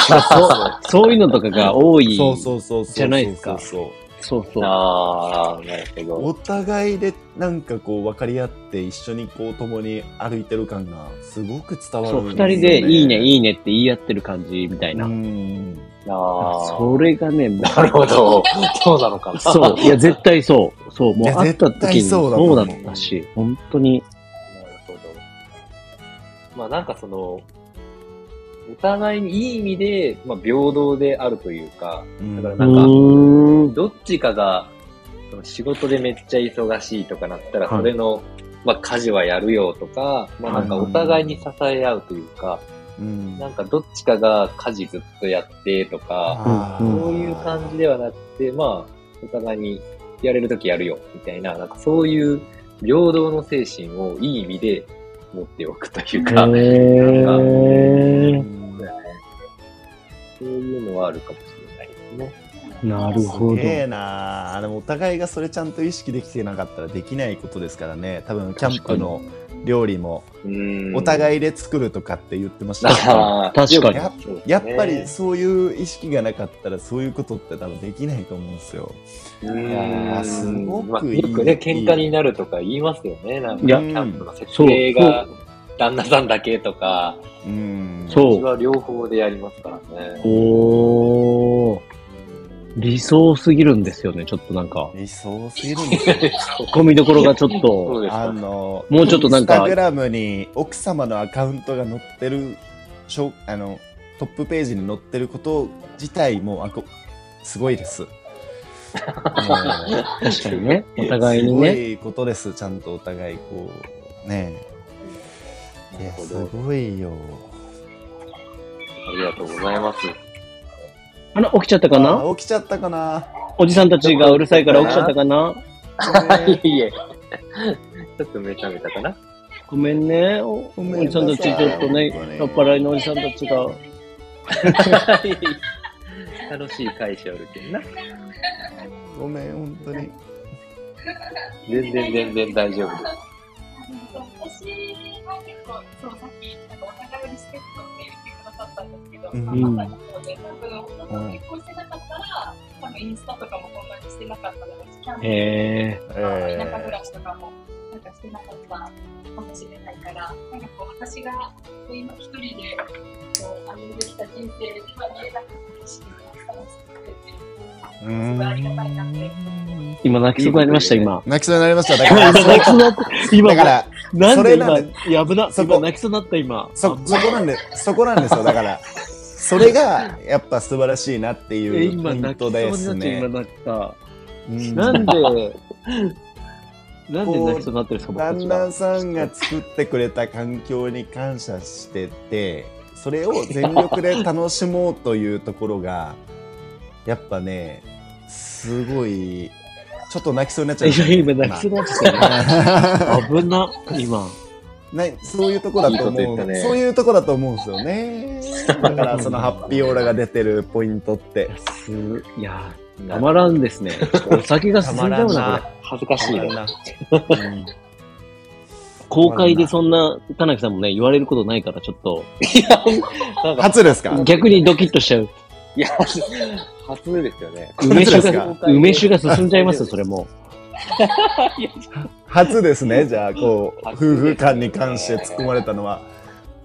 [SPEAKER 2] そういうのとかが多い。
[SPEAKER 3] そうそうそう。
[SPEAKER 2] じゃないですか。そうそう。あ
[SPEAKER 5] あ、なるほど。
[SPEAKER 3] お互いで、なんかこう、分かり合って、一緒にこう、共に歩いてる感が、すごく伝わる。そう、
[SPEAKER 2] 二人で、いいね、いいねって言い合ってる感じみたいな。うん。あそれがね、
[SPEAKER 5] なるほど。そうなのかな。
[SPEAKER 2] そう。いや、絶対そう。そう。もう会った時にそうだったし、本当に。
[SPEAKER 5] なるほど。まあなんかその、お互いにいい意味で、まあ平等であるというか、だからなんか、んどっちかが、その仕事でめっちゃ忙しいとかなったら、それの、はい、まあ家事はやるよとか、まあなんかお互いに支え合うというか、うん、なんかどっちかが家事ずっとやってとか、そういう感じではなくて、まあ、お互いにやれるときやるよ、みたいな、なんかそういう平等の精神をいい意味で持っておくというか、そういうのはあるかもしれないですね。
[SPEAKER 2] なるほど。すげ
[SPEAKER 3] えなでもお互いがそれちゃんと意識できてなかったらできないことですからね。多分、キャンプの料理も、お 互いで作るとかって言ってましたけど、
[SPEAKER 2] 確かに
[SPEAKER 3] や。やっぱりそういう意識がなかったら、そういうことって多分できないと思うんですよ。いやすごくいい。まあ、
[SPEAKER 5] よくね、喧嘩になるとか言いますよね。なんか、キャンプの設定が。旦那さんだけとか、うん、そう。は両方でやりますからね。
[SPEAKER 2] おー。理想すぎるんですよね、ちょっとなんか。
[SPEAKER 3] 理想すぎるんですよ。
[SPEAKER 2] 込みどころがちょっと、
[SPEAKER 3] あの、
[SPEAKER 2] もうちょっとなんか。
[SPEAKER 3] インスタグラムに奥様のアカウントが載ってる、しょあの、トップページに載ってること自体もあこ、すごいです。
[SPEAKER 2] 確かにね、お互いにね。
[SPEAKER 3] すごいことです、ちゃんとお互い、こう、ねえ。いや、すごいよ。
[SPEAKER 5] ありがとうございます。
[SPEAKER 2] あら、起きちゃったかな
[SPEAKER 3] 起きちゃったかな
[SPEAKER 2] おじさんたちがうるさいから起きちゃったかな
[SPEAKER 5] いえいえ。ちょっと目覚めたかな
[SPEAKER 2] ごめんねお。おじさんたち、ちょっとね、酔っ払いのおじさんたちが。
[SPEAKER 5] 楽しい会社おるけんな。
[SPEAKER 3] ごめん、本当に。
[SPEAKER 5] 全然全然大丈夫です。
[SPEAKER 6] 私は結構、そう、さっき、なんかお互いリスペクトって言ってくださったんですけど、うん、まあ、まさにそうで、多分、本当に結婚してなかったら、多分インスタとかもこんなにしてなかっただろうし、キャンプとか、えー、田舎暮らしとかも、なんかしてなかったかもしれないから、なんかこう、私が今一人で、こう、歩んできた人生で、今見えなくて、しまったんですけど、
[SPEAKER 2] 今泣きそうになりました、今。。
[SPEAKER 3] 泣きそうになりました。だから、泣きそうになった
[SPEAKER 2] 今、だから、それなんで、危な、そこ泣きそうになった、今。
[SPEAKER 3] そ、そこなんで、そこなんですよ、だから。それが、やっぱ素晴らしいなっていうポイントですね。
[SPEAKER 2] 今泣き そうになった、今泣った。なんで、なんで泣きそうになってるんですか、
[SPEAKER 3] 旦那さんが作ってくれた環境に感謝して て、それを全力で楽しもうというところが、やっぱね、すごい、ちょっと泣きそうになっちゃう。い
[SPEAKER 2] や、今泣きそうになっちゃった、ね。危な、今。
[SPEAKER 3] なそういうとこだと思う。いいね、そういうとこだと思うんですよね。だから、そのハッピーオーラが出てるポイントって。
[SPEAKER 2] いや、たまらんですね。お酒が進んじゃうな、これ。
[SPEAKER 5] 恥ずかしいな。
[SPEAKER 2] 公開でそんな、田中さんもね、言われることないから、ちょっと。
[SPEAKER 3] いや、 なんか初ですか
[SPEAKER 2] 逆にドキッとしちゃう。
[SPEAKER 5] いや、初ですよね。
[SPEAKER 2] 梅酒が、梅酒が進んじゃいますよ、それも。
[SPEAKER 3] 初ですね、じゃあ、こう、夫婦間に関して突っ込まれたのは。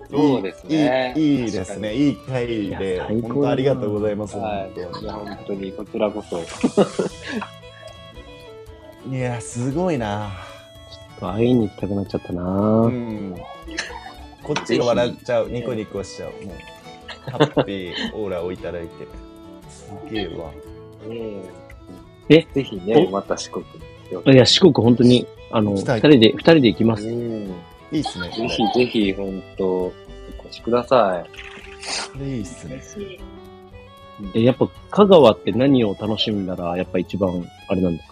[SPEAKER 5] そうですね。
[SPEAKER 3] いいですね。いい回で、本当ありがとうございます。
[SPEAKER 5] いや、本当に、こちらこそ。
[SPEAKER 3] いや、すごいな。
[SPEAKER 2] 会いに行きたくなっちゃったな、
[SPEAKER 3] うん、こっちが笑っちゃう、ニコニコしちゃう。もう、ハッピーオーラをいただいて。すげえわ。
[SPEAKER 2] え、
[SPEAKER 5] ぜひね、また四国。
[SPEAKER 2] いや、四国本当に、あの、二人で、二人で行きます。
[SPEAKER 3] いいっすね。
[SPEAKER 5] ぜひぜひ、本当お越しくださ
[SPEAKER 3] い。いいっすね。
[SPEAKER 2] え、やっぱ、香川って何を楽しむなら、やっぱ一番、あれなんですか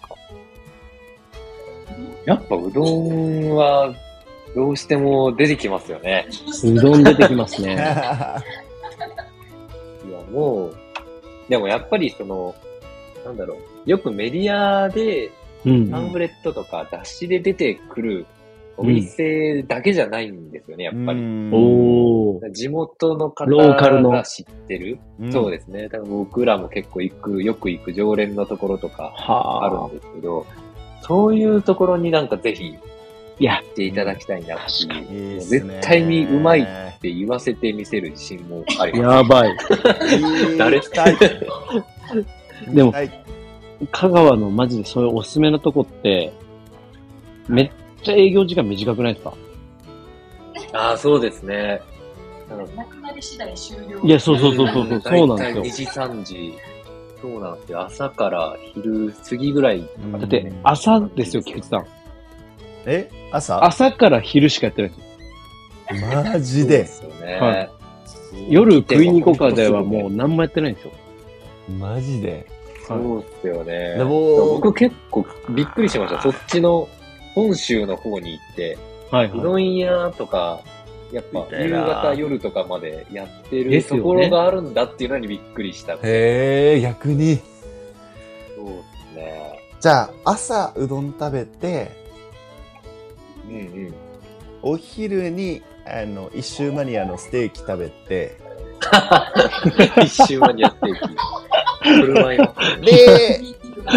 [SPEAKER 5] やっぱうどんはどうしても出てきますよね。
[SPEAKER 2] うどん出てきますね。い
[SPEAKER 5] や、もう、でもやっぱりその、なんだろう、よくメディアで、パンフレットとか雑誌で出てくるお店だけじゃないんですよね、うん、やっぱり。
[SPEAKER 2] お
[SPEAKER 5] 地元の方
[SPEAKER 2] ローカルの。
[SPEAKER 5] 知ってる。そうですね。多分僕らも結構行く、よく行く常連のところとかあるんですけど、そういうところになんかぜひ、やっていただきたいなっていう。絶対にうまいって言わせてみせる自信もあります
[SPEAKER 2] やばい。
[SPEAKER 5] 誰
[SPEAKER 2] でも、香川のマジでそういうおすすめのとこって、めっちゃ営業時間短くないですか
[SPEAKER 5] ああ、そうですね。
[SPEAKER 6] なくなり次第終了。
[SPEAKER 2] いや、そうそうそう そう、そうなんですよ。
[SPEAKER 5] 2時、3時。そうなんですよ。朝から昼過ぎぐらい。
[SPEAKER 2] だって朝ですよ、菊池さん。
[SPEAKER 3] え朝
[SPEAKER 2] 朝から昼しかやってない
[SPEAKER 3] マジで。
[SPEAKER 2] 夜食いに行こうかではもう何もやってないんですよ。
[SPEAKER 3] マジで。
[SPEAKER 5] そうっすよね。僕結構びっくりしました。そっちの本州の方に行って、
[SPEAKER 2] はいう
[SPEAKER 5] どん屋とか、やっぱ夕方夜とかまでやってるところがあるんだっていうのにびっくりした。ね、
[SPEAKER 3] へえ、逆に。
[SPEAKER 5] そうですね。
[SPEAKER 3] じゃあ、朝うどん食べて、
[SPEAKER 5] うんうん。
[SPEAKER 3] お昼に、あの、一周マニアのステーキ食べて、
[SPEAKER 5] 一周マニアステー キ。
[SPEAKER 3] で、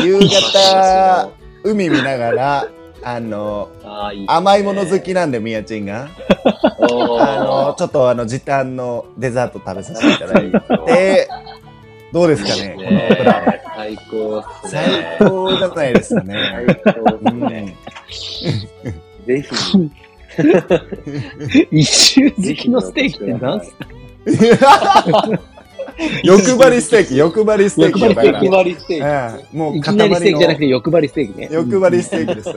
[SPEAKER 3] 夕方、海見ながら、あの、
[SPEAKER 5] あいいね、
[SPEAKER 3] 甘いもの好きなんで、みやちんが。あの、ちょっとあの、時短のデザート食べさせていただいて、どうですかね、このプラン。
[SPEAKER 5] 最高
[SPEAKER 3] っすね。最高じゃないですかね。
[SPEAKER 5] 最高っすね。ぜひ。
[SPEAKER 2] 一周好きのステーキって何すか
[SPEAKER 3] 欲張りステーキ、欲張りステーキ。
[SPEAKER 5] 欲張りステー
[SPEAKER 2] キ。もう、いきなりステーキじゃなくて欲張りステーキね。
[SPEAKER 3] 欲張りステーキです。。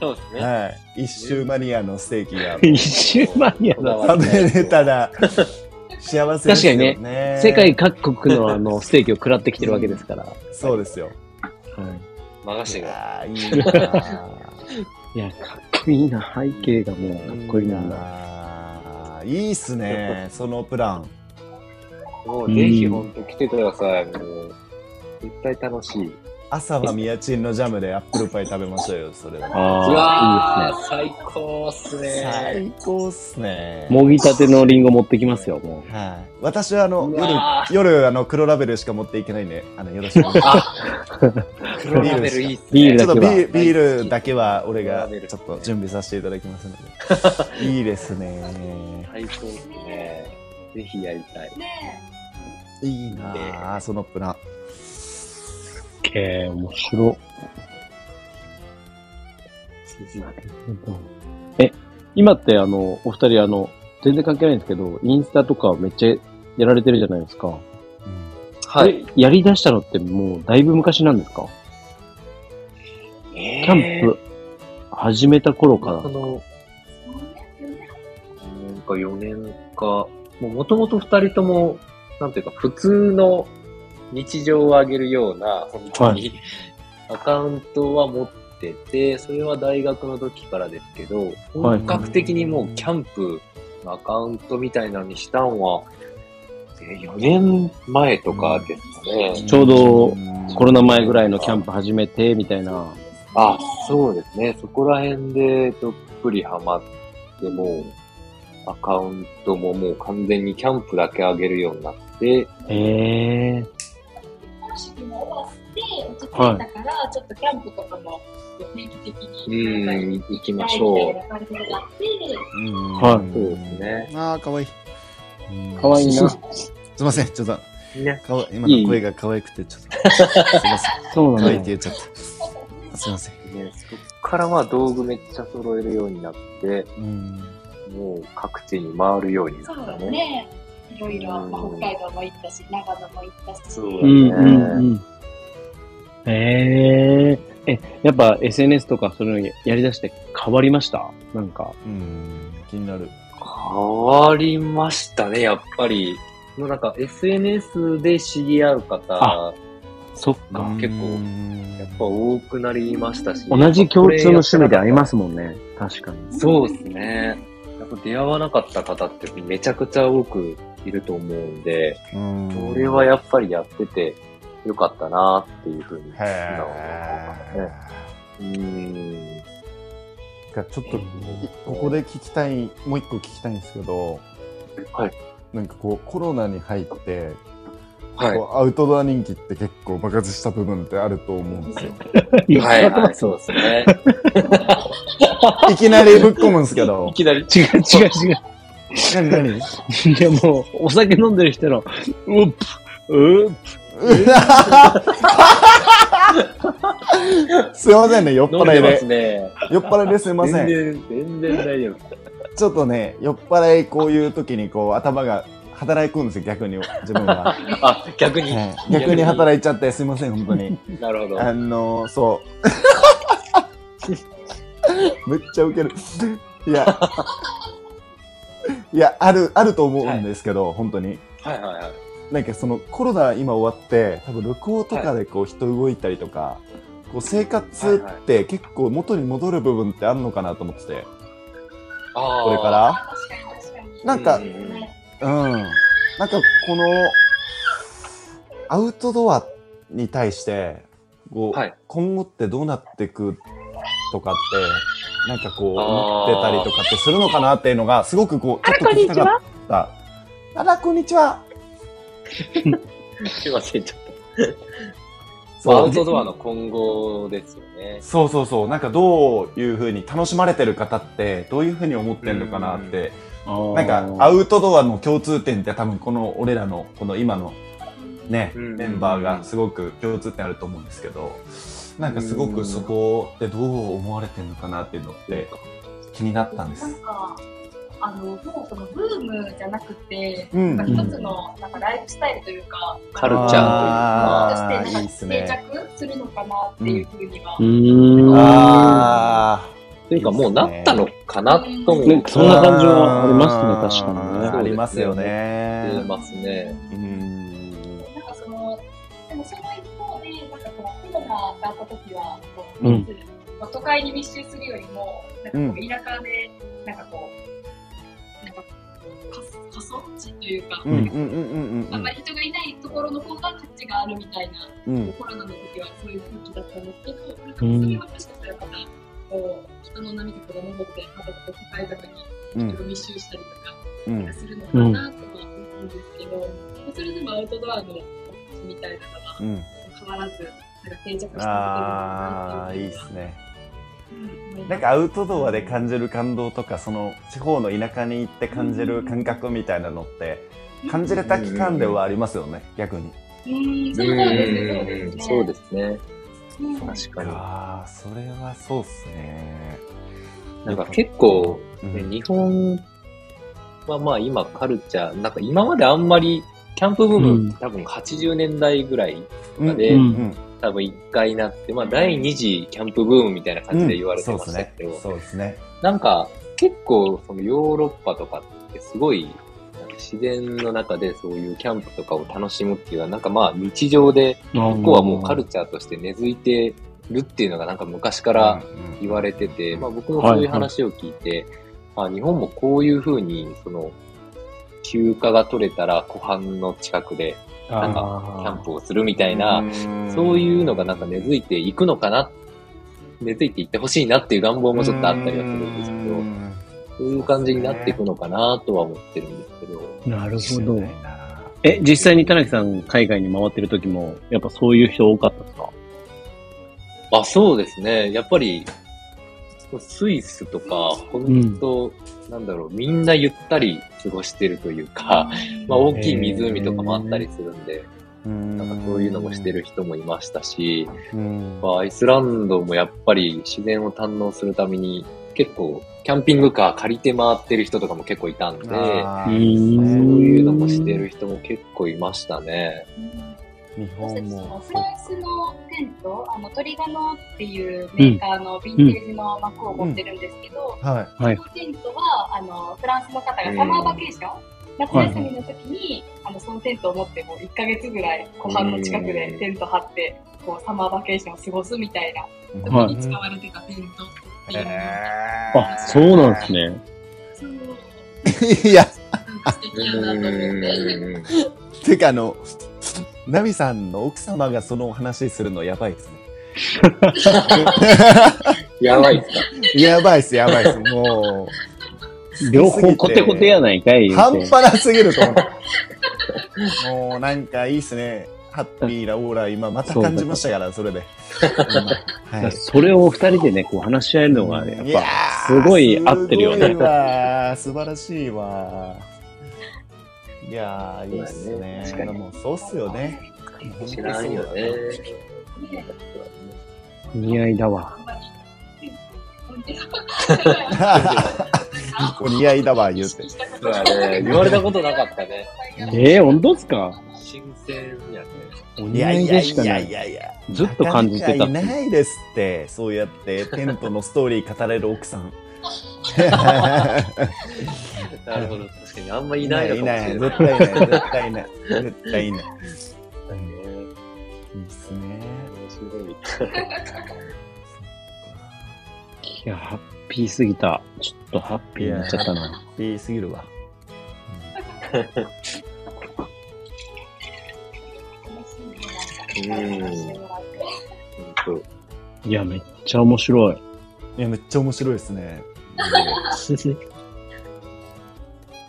[SPEAKER 5] そうですね。はい
[SPEAKER 3] 一周マニアのステーキが。
[SPEAKER 2] 一周マニアの
[SPEAKER 3] 食べれたら、幸せ
[SPEAKER 2] ですよね。確かにね、世界各国のあの、ステーキを食らってきてるわけですから。
[SPEAKER 3] そうですよ。
[SPEAKER 5] はい。任してく
[SPEAKER 3] だい。いいな。
[SPEAKER 2] いや、かっこいいな。背景がもう、かっこいい
[SPEAKER 3] な。いいっすね。そのプラン。
[SPEAKER 5] もうぜひ本当来てください。もう、絶対楽しい。
[SPEAKER 3] 朝はみやちんのジャムでアップルパイ食べましょうよ、それは。
[SPEAKER 5] ああ、いいですね。最高っすね。
[SPEAKER 3] 最高っすね。
[SPEAKER 2] もぎたてのリンゴ持ってきますよ、もう。
[SPEAKER 3] はい。私はあの、夜、夜、あの、黒ラベルしか持っていけないんで、あの、よ ろしくお願いし
[SPEAKER 5] ます。黒ラベルいいっすね。
[SPEAKER 2] ビール
[SPEAKER 3] ちょっと
[SPEAKER 2] ビ
[SPEAKER 3] ールだけは、俺がちょっと準備させていただきます ので。いいですね。
[SPEAKER 5] 最高っすね。ぜひやりたい。
[SPEAKER 3] いいなあ、そのプラン。
[SPEAKER 2] けー、面白。え、今ってあの、お二人あの、全然関係ないんですけど、インスタとかめっちゃやられてるじゃないですか。うん、
[SPEAKER 5] はい。
[SPEAKER 2] やり出したのってもうだいぶ昔なんですか、
[SPEAKER 5] えー、
[SPEAKER 2] キャンプ始めた頃から。そ
[SPEAKER 5] の、4年か4年か。もう元々二人ともなんていうか、普通の日常を上げるような、本当に、はい、アカウントは持ってて、それは大学の時からですけど、本格的にもうキャンプのアカウントみたいなのにしたんは、4年前とかですね。
[SPEAKER 2] うん、ちょうどコロナ前ぐらいのキャンプ始めて、みたいな。
[SPEAKER 5] あ、そうですね。そこら辺でどっぷりハマっても、アカウントももう完全にキャンプだけ上げるようになって、
[SPEAKER 2] へえー。
[SPEAKER 6] 式も終わって、落ち着いたから、ちょっとキャンプとかも定期的に
[SPEAKER 5] 行きましょう。、
[SPEAKER 2] はい
[SPEAKER 5] そうですね。
[SPEAKER 3] ああ、かわいい。
[SPEAKER 2] かわいいな。
[SPEAKER 3] すいません、ちょっと。かわ今の声が可愛くて、ちょっと。すいません。
[SPEAKER 2] そうな
[SPEAKER 3] の。可愛いって言っちゃった。すいません。
[SPEAKER 5] ね、そっからまあ道具めっちゃ揃えるようになって、うん、もう各地に回るようになった
[SPEAKER 6] ね。そうねいろいろ、まあ、北海道も行ったし、長野も行ったし。そ
[SPEAKER 2] だ
[SPEAKER 6] う
[SPEAKER 2] ね。うんうんうん、えー、え、やっぱ SNS とかそういうのやりだして変わりましたなんか。
[SPEAKER 3] うん、気になる。
[SPEAKER 5] 変わりましたね、やっぱり。もうなんか SNS で知り合う方、
[SPEAKER 2] そっか。
[SPEAKER 5] 結構、やっぱ多くなりましたし。
[SPEAKER 2] 同じ共通の趣味でありますもんね。確かに。
[SPEAKER 5] そうですね。やっぱ出会わなかった方ってめちゃくちゃ多くいると思うんで、これはやっぱりやっててよかったなっていうふうに今
[SPEAKER 3] い
[SPEAKER 5] 思
[SPEAKER 3] ますね。うん。ちょっと、ここで聞きたい、もう一個聞きたいんですけど、
[SPEAKER 5] はい。
[SPEAKER 3] なんかこう、コロナに入って、はい、アウトドア人気って結構爆発した部分ってあると思うんですよ。
[SPEAKER 5] はいはい、そうですね。
[SPEAKER 3] いきなりぶっ込むんですけど。
[SPEAKER 2] いきなり、 違う違う違う。
[SPEAKER 3] 何何 い
[SPEAKER 2] やもう、お酒飲んでる人の、うっぷ、うっ
[SPEAKER 3] ぷ。すいませんね、酔っ払いで。
[SPEAKER 5] ね、
[SPEAKER 3] 酔っ払いですいません。
[SPEAKER 5] 全然、全然大丈
[SPEAKER 3] 夫。ちょっとね、酔っ払いこういう時にこう頭が働くんですよ、逆に、自分は。
[SPEAKER 5] あ、逆に、
[SPEAKER 3] はい、逆に働いちゃって、すみません、本当に。
[SPEAKER 5] なるほど。
[SPEAKER 3] あのー、そう 。めっちゃウケる。いや、いや、ある、あると思うんですけど、はい、本当に。
[SPEAKER 5] はいはいはい。
[SPEAKER 3] なんかそのコロナ今終わって、多分旅行とかでこう人動いたりとか、はい、こう生活って結構元に戻る部分ってあるのかなと思ってて。
[SPEAKER 5] あ
[SPEAKER 3] あ。これから
[SPEAKER 6] 確かに確かに。
[SPEAKER 3] なんか、うん。なんかこの、アウトドアに対して、こう、はい、今後ってどうなっていくとかって、なんかこう、思ってたりとかってするのかなっていうのが、すごくこう、ちょっと聞きたかった。あら、こんにちは。
[SPEAKER 5] すいません、ちょっと。そう、アウトドアの今後ですよね。
[SPEAKER 3] そうそうそう。なんかどういうふうに楽しまれてる方って、どういうふうに思ってるのかなって。なんかアウトドアの共通点って多分この俺らのこの今のね、メンバーがすごく共通点あると思うんですけど、なんかすごくそこでどう思われてるのかなっていうのって気になったんです。
[SPEAKER 6] なんかあのもうそのブームじゃなくて、うんまあ、一つのなんかライフスタイルというか、
[SPEAKER 5] カルチャーというか、
[SPEAKER 6] としてなんか定着するのかなっていうふうには。
[SPEAKER 2] うん
[SPEAKER 3] あー
[SPEAKER 5] というか、もうなったのかなと思う。
[SPEAKER 2] ね、そんな感じはありますね、確かにね。
[SPEAKER 3] ありますよね。
[SPEAKER 5] ありますね。
[SPEAKER 3] うん。
[SPEAKER 6] なんかその、でもその一方で、なんかこのコロナがあった時は、こう、うん、都会に密集するよりも、なんかこう、田舎で、なんかこう、なんか、過疎地というか、あんまり人がいないところの方が価値があるみたいな、うん、コロナの時はそういう空気だったんですけど、なんかそれはもしかしたらまた、こう人の波とかが戻ってまたこう高い坂に人が密集したりとかするのかなとは思うんですけど、うん、それでもアウトドアのみたいなのは変わらず、なんか定着しているのかな
[SPEAKER 3] っていういいですね。うん、なんかアウトドアで感じる感動とかその地方の田舎に行って感じる感覚みたいなのって感じれた期間ではありますよね、逆に。
[SPEAKER 6] うん、そうですね。
[SPEAKER 5] そうですね。確かに。
[SPEAKER 3] ああ、それはそうっすね。
[SPEAKER 5] なんか結構、ね、うん、日本はまあ今カルチャー、なんか今まであんまりキャンプブーム、うん、多分80年代ぐらいとかで、多分一回なって、まあ第二次キャンプブームみたいな感じで言われてましたけど、
[SPEAKER 3] うん、そうですね。すね
[SPEAKER 5] なんか結構そのヨーロッパとかってすごい自然の中でそういうキャンプとかを楽しむっていうのは、なんかまあ日常で、ここはもうカルチャーとして根付いてるっていうのがなんか昔から言われてて、まあ僕もそういう話を聞いて、はいはい、あ日本もこういうふうに、その、休暇が取れたら湖畔の近くで、なんかキャンプをするみたいな、そういうのがなんか根付いていくのかな、根付いていってほしいなっていう願望もちょっとあったりはするんですけど、そういう感じになっていくのかなとは思ってるんですけど。
[SPEAKER 2] なるほど。え、実際に田崎さん海外に回ってる時も、やっぱそういう人多かったですか
[SPEAKER 5] あ、そうですね。やっぱり、スイスとか、ほんと、うん、なんだろう、みんなゆったり過ごしてるというか、まあ大きい湖とかもあったりするんで、なんかそういうのもしてる人もいましたし、まあ、アイスランドもやっぱり自然を堪能するために、結構、キャンピングカー借りて回ってる人とかも結構いたんで、そういうのもしてる人も結構いましたね。
[SPEAKER 6] 日本もフランスのテントあのトリガノっていうメーカーのヴィンテージの幕を持ってるんですけど、うんうんはい、そのテントはあのフランスの方がサマーバケーション、夏休みの時に、はい、あのそのテントを持ってこう1か月ぐらい湖畔の近くでテント張ってこうサマーバケーションを過ごすみたいな時に使われてたテントっていうの、
[SPEAKER 2] はい、あそうなんですね。
[SPEAKER 3] いや、素敵だなと思って。てかあのナミさんの奥様がそのお話するのやばいですね。
[SPEAKER 5] やばいっすか
[SPEAKER 3] やばいっす、やばいっす。も
[SPEAKER 2] う。両方コテコテやないかい。
[SPEAKER 3] 半端なすぎると思って。 もうなんかいいっすね。ハッピーなオーラ、今また感じましたから、それで。
[SPEAKER 2] はい、それを二人でね、こう話し合えるのが、やっぱ、すごい合ってるよね。
[SPEAKER 3] 素晴らしいわ。いやいいっすね。確かに。もそうっすよ ね。
[SPEAKER 5] 知らんよね。
[SPEAKER 2] 似合いだわ。
[SPEAKER 3] お似合いだわ、言うて。
[SPEAKER 5] そうやね。言われたことなかったね。
[SPEAKER 2] えー、本当っすか
[SPEAKER 5] 新鮮やね。
[SPEAKER 2] お似合いでしかない。いやいやいやずっと感じてた。
[SPEAKER 3] いないですって、そうやってテントのストーリー語れる奥さん。
[SPEAKER 5] なるほど、確かにあんまいない。
[SPEAKER 3] いない、絶対いない、絶対いない、絶対いない。いいっすね。
[SPEAKER 2] いや、ハッピーすぎた。ちょっとハッピーになっちゃったな。
[SPEAKER 3] ハッピーすぎるわ。
[SPEAKER 2] いや、めっちゃ面白い。
[SPEAKER 3] いや、めっちゃ面白いですね。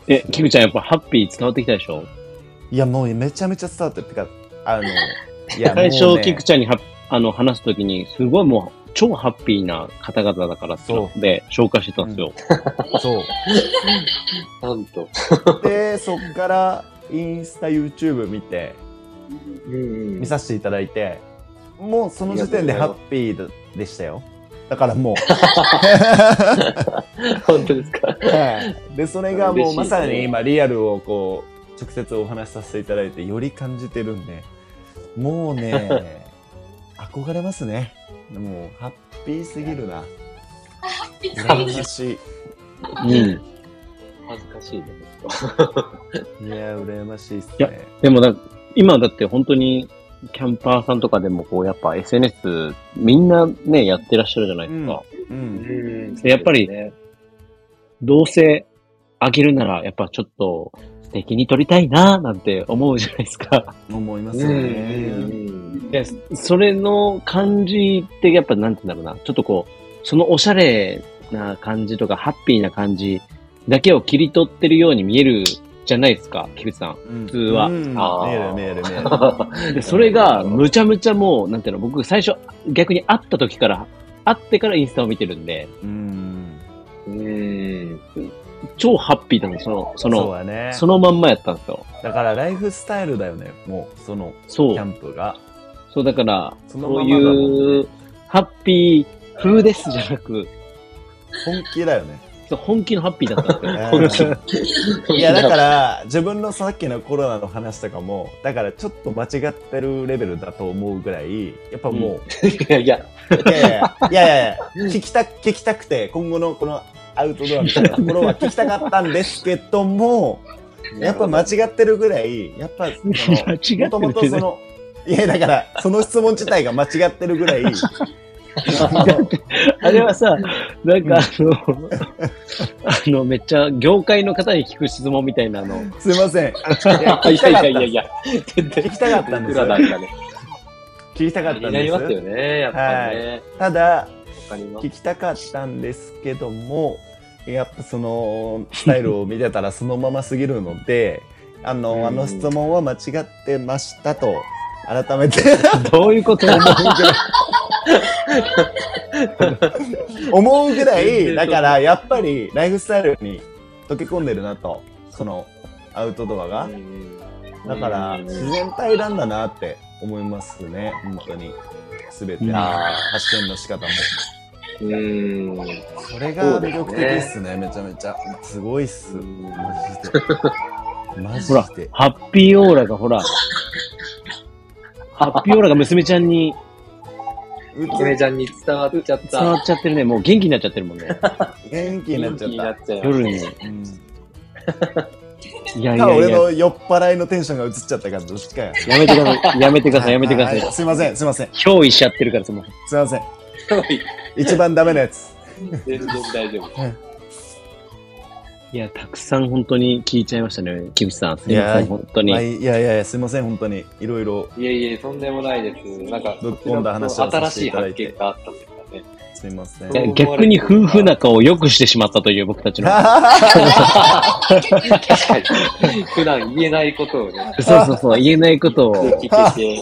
[SPEAKER 2] え、キムちゃんやっぱハッピー伝わってきたでしょ
[SPEAKER 3] いや、もうめちゃめちゃ伝わってる。てか、あの、い
[SPEAKER 2] や、最初、ね、キクちゃんにはあの話すときに、すごいもう、超ハッピーな方々だからそうで紹介してたんですよ。
[SPEAKER 3] うん、そう
[SPEAKER 5] なんと。
[SPEAKER 3] で、そっから、インスタ、YouTube 見て、見させていただいて、もうその時点でハッピーでしたよ。だからもう。
[SPEAKER 5] 本当ですか、
[SPEAKER 3] はい、で、それがもうまさに今リアルをこう、直接お話しさせていただいて、より感じてるんで、もう ね、憧れますね。もう、ハッピーすぎるな。
[SPEAKER 5] 羨ましい。
[SPEAKER 2] うん。
[SPEAKER 5] 恥ずかしいね。
[SPEAKER 3] いや、羨ましいっすね。
[SPEAKER 2] いや、でもだ、今だって本当に、キャンパーさんとかでもこうやっぱ SNS みんなね、やってらっしゃるじゃないですか。うん。やっぱり、どうせあげるならやっぱちょっと素敵に撮りたいななんて思うじゃないですか。
[SPEAKER 3] 思いますよね。
[SPEAKER 2] で、それの感じってやっぱなんて言うんだろうな。ちょっとこう、そのおしゃれな感じとかハッピーな感じだけを切り取ってるように見えるじゃないですか、菊池さん、普通は。うん、
[SPEAKER 3] 見える見える見える。
[SPEAKER 2] で、それが、むちゃむちゃもう、なんていうの、僕、最初、逆に会った時から、会ってからインスタを見てるんで、うん。 うん。超ハッピーだね、その、その、そ,、ね、そのまんまやったんですよ。
[SPEAKER 3] だから、ライフスタイルだよね、もう、その、そう。キャンプが。
[SPEAKER 2] そう、だから、そ,ままね、そういう、ハッピー風ですじゃなく、
[SPEAKER 3] 本気だよね。
[SPEAKER 2] 本気のハッピーだ ったんですよ。
[SPEAKER 3] いや、だから、自分のさっきのコロナの話とかも、だからちょっと間違ってるレベルだと思うぐらい、やっぱも
[SPEAKER 5] う。いやいや。
[SPEAKER 3] いやいや、いやいや、聞きた、聞きたくて、今後のこのアウトドアみたいなところは聞きたかったんですけども、やっぱ間違ってるぐらい、やっぱ、 もともとその、いや、だから、その質問自体が間違ってるぐ らい、
[SPEAKER 2] あれはさ、なんかあの、 あの、めっちゃ業界の方に聞く質問みたいなの。
[SPEAKER 3] すいません。い
[SPEAKER 5] や、いやいやいや、
[SPEAKER 3] 聞きたかったんですよ。聞きたかったんです。
[SPEAKER 5] なりますよね、やっぱね。
[SPEAKER 3] ただ、聞きたかったんですけども、やっぱその、スタイルを見てたらそのまますぎるので、 あの、あの質問は間違ってましたと、改めて。
[SPEAKER 2] どういうこと
[SPEAKER 3] 思うぐらい、だからやっぱりライフスタイルに溶け込んでるなと、そのアウトドアが。だから自然体なんだなって思いますね本当に全ての発見の仕方も
[SPEAKER 5] うん
[SPEAKER 3] それが魅力的っすね、ね、めちゃめちゃすごいっすマジでマジで
[SPEAKER 2] ハッピーオーラがほらハッピーオーラが娘ちゃんに
[SPEAKER 5] 娘ちゃんに伝わっちゃった
[SPEAKER 2] 伝わっちゃってるねもう元気になっちゃってるもんね
[SPEAKER 3] 元気になっちゃった
[SPEAKER 2] 夜に、
[SPEAKER 3] い やいやいや俺の酔っ払いのテンションが映っちゃったからどっちかや。
[SPEAKER 2] やめてください。やめてください。やめてください。
[SPEAKER 3] すいません、すいません。
[SPEAKER 2] 憑依しちゃってるから、すみません。
[SPEAKER 3] すいません。一番ダメなや つ。
[SPEAKER 5] 全然大丈夫。
[SPEAKER 2] いや、たくさん本当に聞いちゃいましたね、キムさん。すみません、本当に。
[SPEAKER 3] いやいやいや、すみません、本当に。いろいろ。
[SPEAKER 5] いやいや、とんでもないです。なんか、
[SPEAKER 3] ぶっ込んだ話
[SPEAKER 5] を新しい発見があったんですかね。
[SPEAKER 3] すみませ ん。
[SPEAKER 2] 逆に夫婦仲を良くしてしまったという僕たちの。
[SPEAKER 5] 普段言えないことをね。
[SPEAKER 2] そうそうそう、言えないことを。
[SPEAKER 5] 聞けて。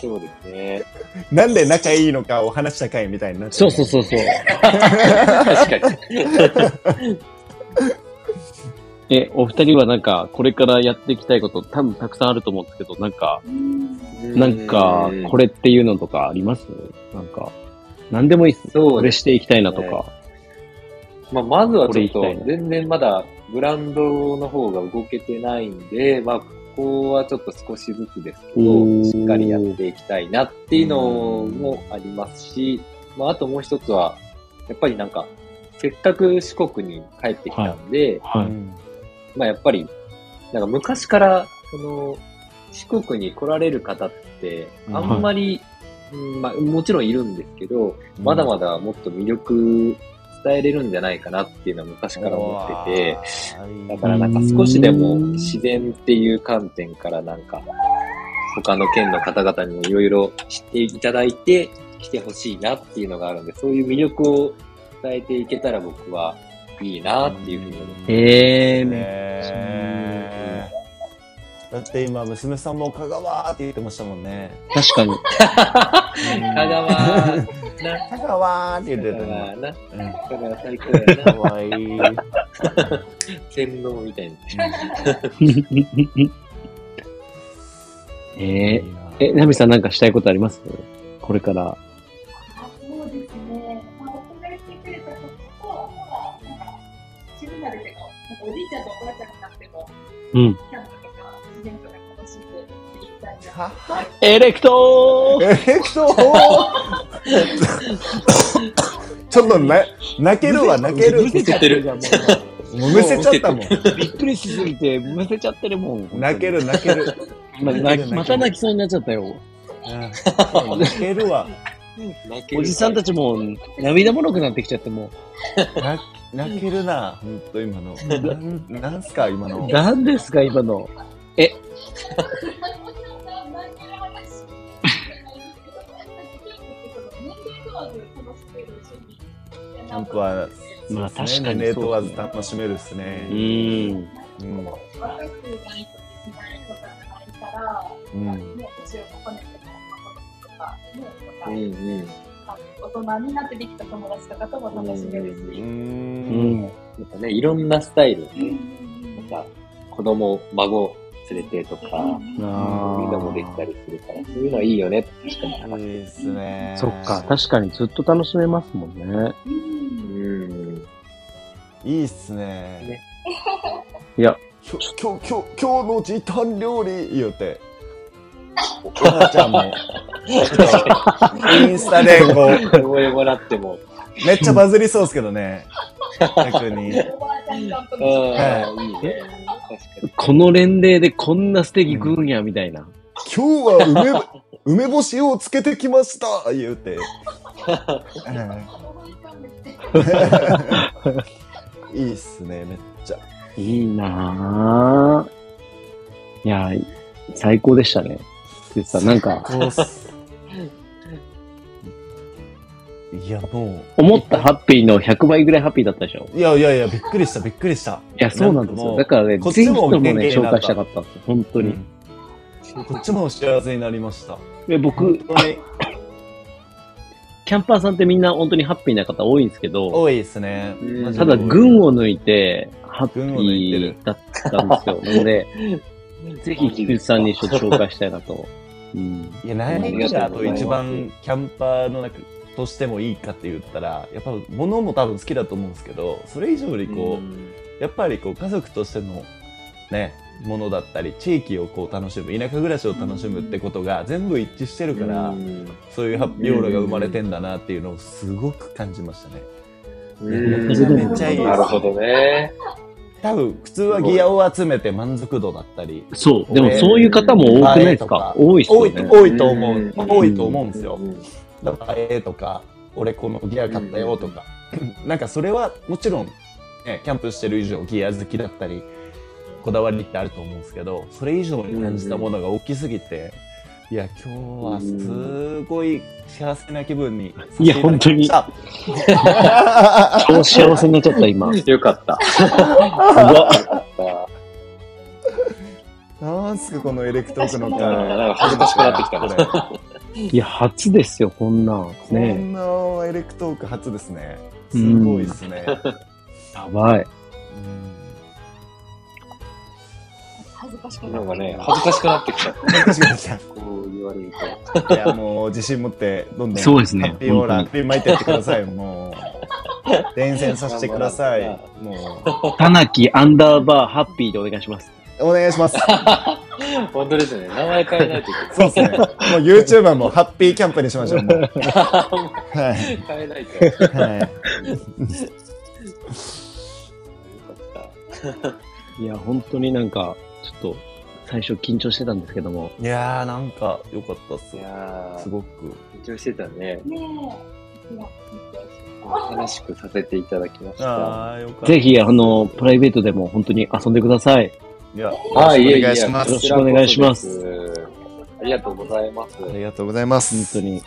[SPEAKER 5] そうですね。
[SPEAKER 3] なんで仲いいのかを話した回みたいになっ
[SPEAKER 2] ちゃう、ね。そうそうそうそう。
[SPEAKER 5] 確かに。
[SPEAKER 2] え、お二人はなんか、これからやっていきたいこと、多分たくさんあると思うんですけど、なんか、んなんか、これっていうのとかありますなんか。何でもいいっす。そう、ね、これしていきたいなとか。
[SPEAKER 5] まあ、まずはちょっと、全然まだブランドの方が動けてないんで、まあ、ここはちょっと少しずつですけど、しっかりやっていきたいなっていうのもありますし、まあ、あともう一つは、やっぱりなんか、せっかく四国に帰ってきたんで、
[SPEAKER 2] はいはい、
[SPEAKER 5] まあ、やっぱり、なんか昔から、その、四国に来られる方って、あんまり、まあ、もちろんいるんですけど、まだまだもっと魅力伝えれるんじゃないかなっていうのは昔から思ってて、だからなんか少しでも自然っていう観点からなんか、他の県の方々にもいろいろ知っていただいて来てほしいなっていうのがあるんで、そういう魅力を伝えていけたら僕はいいなっていうふうに思ってます。
[SPEAKER 2] えー、
[SPEAKER 3] ねーだって今、娘さんも香川って言ってましたもんね。
[SPEAKER 2] 確かに。
[SPEAKER 5] 香川
[SPEAKER 3] 香川って言ってた
[SPEAKER 5] ね。香川最高やな。
[SPEAKER 3] かわいい。
[SPEAKER 5] 天皇みたいな。
[SPEAKER 2] えー、え、ナミさんなんかしたいことありますこれから。
[SPEAKER 6] そうですね。まあ、お互いしてくれたことと、なんか、自分らでも、なんかおじいちゃんとおばあちゃんになっても、
[SPEAKER 2] うん。エレクト
[SPEAKER 3] エレクトちょっとな泣けるわ泣ける
[SPEAKER 5] むせちゃってる
[SPEAKER 3] もうむせちゃったもん
[SPEAKER 2] びっくりしすぎてむせちゃってるもん
[SPEAKER 3] 泣ける泣ける
[SPEAKER 2] また泣きそうになっちゃったよ
[SPEAKER 3] 泣けるわ
[SPEAKER 2] おじさんたちも涙もろくなってきちゃっても
[SPEAKER 3] う泣けるな本当 今のなんすか今の
[SPEAKER 2] なんですか今のえ
[SPEAKER 3] 本当は、
[SPEAKER 2] まあ確かに、
[SPEAKER 3] ね、ネ問わず楽しめるっすね。
[SPEAKER 2] うん。うん。
[SPEAKER 5] うん。
[SPEAKER 6] 大人になってできた友達とかとも楽しめるし。うん
[SPEAKER 5] やっぱね、いろんなスタイル。なんか、子供、孫、連れてとか、うん、もできたりするから、そういうのはいいよね確。
[SPEAKER 3] かに。いいですね。
[SPEAKER 2] そっか、確かにずっと楽しめますもんね。うん
[SPEAKER 3] いいっすね。
[SPEAKER 2] いや、
[SPEAKER 3] 今日、今日、今日の時短料理言うて。お母ちゃんも、インスタでこ
[SPEAKER 5] う、声もらっても。
[SPEAKER 3] めっちゃバズりそうですけどね。逆に。
[SPEAKER 2] この年齢でこんなステーキ食うんや、みたいな。
[SPEAKER 3] 今日は梅梅干しをつけてきました言うて。 いいっすね、めっちゃ。
[SPEAKER 2] いいなぁ。いや、最高でしたね。さなんか。
[SPEAKER 3] いや、も
[SPEAKER 2] う。思ったハッピーの100倍ぐらいハッピーだったでしょ
[SPEAKER 3] いやいやいや、びっくりした、びっくりした。
[SPEAKER 2] いや、そうなんですよ。だからね、ぜひともね、紹介したかったんですよ、本当に、
[SPEAKER 3] うん。こっちも幸せになりました。
[SPEAKER 2] え、僕、キャンパーさんってみんな本当にハッピーな方多いんですけど。
[SPEAKER 3] 多いですね。
[SPEAKER 2] ただ、群を抜いて、ハッピーだったんですよ。なので、ぜひ菊池さんに一緒に紹介したいなと。うん、
[SPEAKER 3] いや、何があと一番キャンパーの中としてもいいかって言ったら、やっぱ物も多分好きだと思うんですけど、それ以上にこう、やっぱりこう家族としてのね、ものだったり、地域をこう楽しむ、田舎暮らしを楽しむってことが全部一致してるから、そういうハッピーオーラが生まれてんだなっていうのをすごく感じましたね。
[SPEAKER 5] めちゃめちゃいいなるほどね。
[SPEAKER 3] 多分普通はギアを集めて満足度だったり。
[SPEAKER 2] そう、でもそういう方も多くないですか多いっすよ、ね、
[SPEAKER 3] 多いと思う。多いと思うんですよ。だから、えーとか、俺このギア買ったよとか。なんかそれはもちろん、ね、キャンプしてる以上ギア好きだったり、こだわりってあると思うんですけど、それ以上に感じたものが大きすぎて、いや、今日はすごい幸せな気分に
[SPEAKER 2] い。いや、本当に。 超幸せになっちゃった、今。
[SPEAKER 5] よかった。
[SPEAKER 3] なんすか、このエレクトークの
[SPEAKER 5] 会。なんか恥ずかしくなってきた、こ
[SPEAKER 2] れ。いや、初ですよ、こんな。ね、
[SPEAKER 3] こんなエレクトーク初ですね。すごいです ね。
[SPEAKER 2] やばい。
[SPEAKER 6] 恥ずかしく
[SPEAKER 5] なんかね、恥ずかしくなってきた。
[SPEAKER 3] 恥ずかしくなってきた。
[SPEAKER 5] こう言われる
[SPEAKER 3] と。いや、もう自信持って、どんどん。
[SPEAKER 2] そうですね。ハ
[SPEAKER 3] ッピーオーラ、ハッピー巻いてやってください。もう、伝染させてください。も
[SPEAKER 2] う。たなきアンダーバーハッピーでお願いします。
[SPEAKER 3] お願いします。
[SPEAKER 5] 本当ですね。名前変えないといけない。
[SPEAKER 3] そうですね。もう YouTuber もハッピーキャンプにしましょう。もう
[SPEAKER 5] はい、 変えないと。はい。よ
[SPEAKER 2] かった。いや、本当になんか、ちょっと最初緊張してたんですけども。
[SPEAKER 3] いやー、なんか良かったっす。
[SPEAKER 5] いや
[SPEAKER 3] すごく。
[SPEAKER 5] 緊張してたね。
[SPEAKER 6] ね。
[SPEAKER 5] え。楽しくさせていただきました。
[SPEAKER 2] ぜひ、あの、プライベートでも本当に遊んでください。
[SPEAKER 3] いや、
[SPEAKER 5] あいえいえ、よ
[SPEAKER 2] ろしくお願いします。
[SPEAKER 5] ありがとうございます。あ
[SPEAKER 3] りがとうございます。
[SPEAKER 2] 本当に。い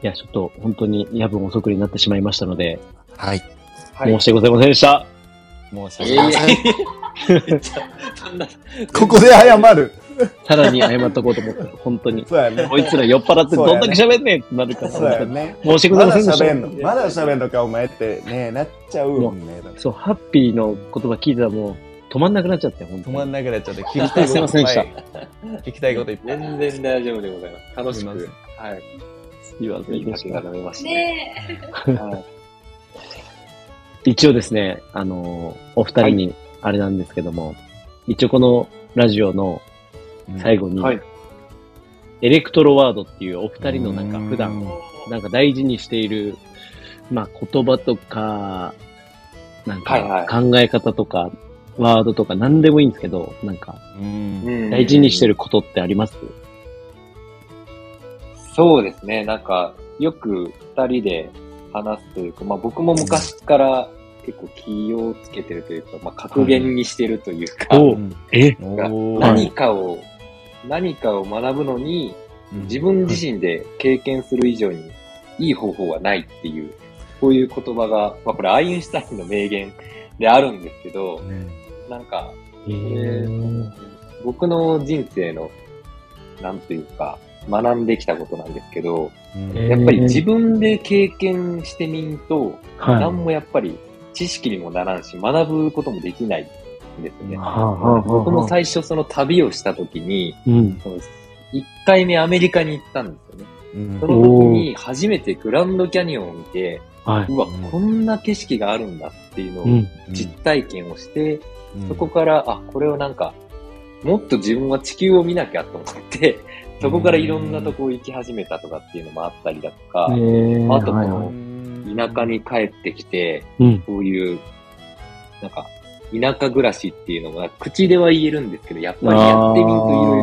[SPEAKER 2] や、ちょっと本当に夜分遅くになってしまいましたので。
[SPEAKER 3] はい。
[SPEAKER 2] 申し訳ございませんでした。
[SPEAKER 3] 申し訳ございません。ここで謝る。
[SPEAKER 2] さらに謝っとこうと思って、 本当に。そうやね。こいつら酔っ払ってどんだけ喋んねんってなるから。
[SPEAKER 3] そうやね。
[SPEAKER 2] 申し訳ございませんで
[SPEAKER 3] した。まだ喋んのか、お前ってね、なっちゃうもんね。
[SPEAKER 2] そう、ハッピーの言葉聞いてたらもう、止まんなくなっちゃって、本
[SPEAKER 3] 当止まんなくなっ ちゃって、
[SPEAKER 2] 聞きたいこといっぱい。
[SPEAKER 3] 聞きたいこといっぱい。
[SPEAKER 5] 全然大丈夫でございます。楽しく。はい。
[SPEAKER 2] すいませんでした。
[SPEAKER 5] 飲めました
[SPEAKER 2] 一応ですね、あの、お二人に、あれなんですけども、一応このラジオの最後に、エレクトロワードっていうお二人のなんか普段、なんか大事にしている、まあ言葉とか、なんか考え方とか、ワードとか何でもいいんですけど、なんか、大事にしてることってあります
[SPEAKER 5] そうですね、なんか、よく二人で話すというか、まあ僕も昔から、結構気をつけてるというか、まあ、格言にしてるというか、
[SPEAKER 2] はい、
[SPEAKER 5] 何かを、はい、何かを学ぶのに、自分自身で経験する以上にいい方法はないっていう、こういう言葉が、まあ、これアインシュタインの名言であるんですけど、なんか、えー、僕の人生の、なんというか、学んできたことなんですけど、やっぱり自分で経験してみんと、何もやっぱり知識にもならんし、学ぶこともできないんですね。僕も最初その旅をした時に、うん、その1回目アメリカに行ったんですよね。うん、その時に初めてグランドキャニオンを見て、はい、うわ、こんな景色があるんだっていうのを実体験をして、うん、そこから、あ、これをなんか、もっと自分は地球を見なきゃと思って、そこからいろんなとこ行き始めたとかっていうのもあったりだとか、あとこの、田舎に帰ってきて、うん、こういう、なんか、田舎暮らしっていうのが、口では言えるんですけど、やっぱりやってみるといろい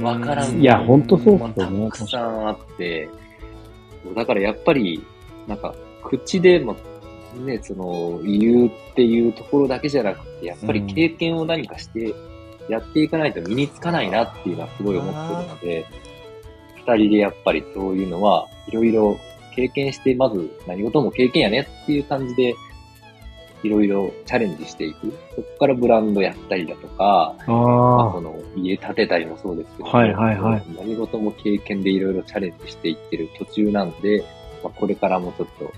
[SPEAKER 5] ろわからん。
[SPEAKER 2] いや、ほんとそうっす
[SPEAKER 5] よね。たくさんあって、だからやっぱり、なんか、口でも、ね、その、言うっていうところだけじゃなくて、やっぱり経験を何かして、やっていかないと身につかないなっていうのはすごい思ってるので、二人でやっぱりそういうのは、いろいろ経験して、まず何事も経験やねっていう感じで、いろいろチャレンジしていく。そこからブランドやったりだとか、あその家建てたりもそうですけど、
[SPEAKER 2] はいはいはい、
[SPEAKER 5] 何事も経験でいろいろチャレンジしていってる途中なんで、まあ、これからもちょっと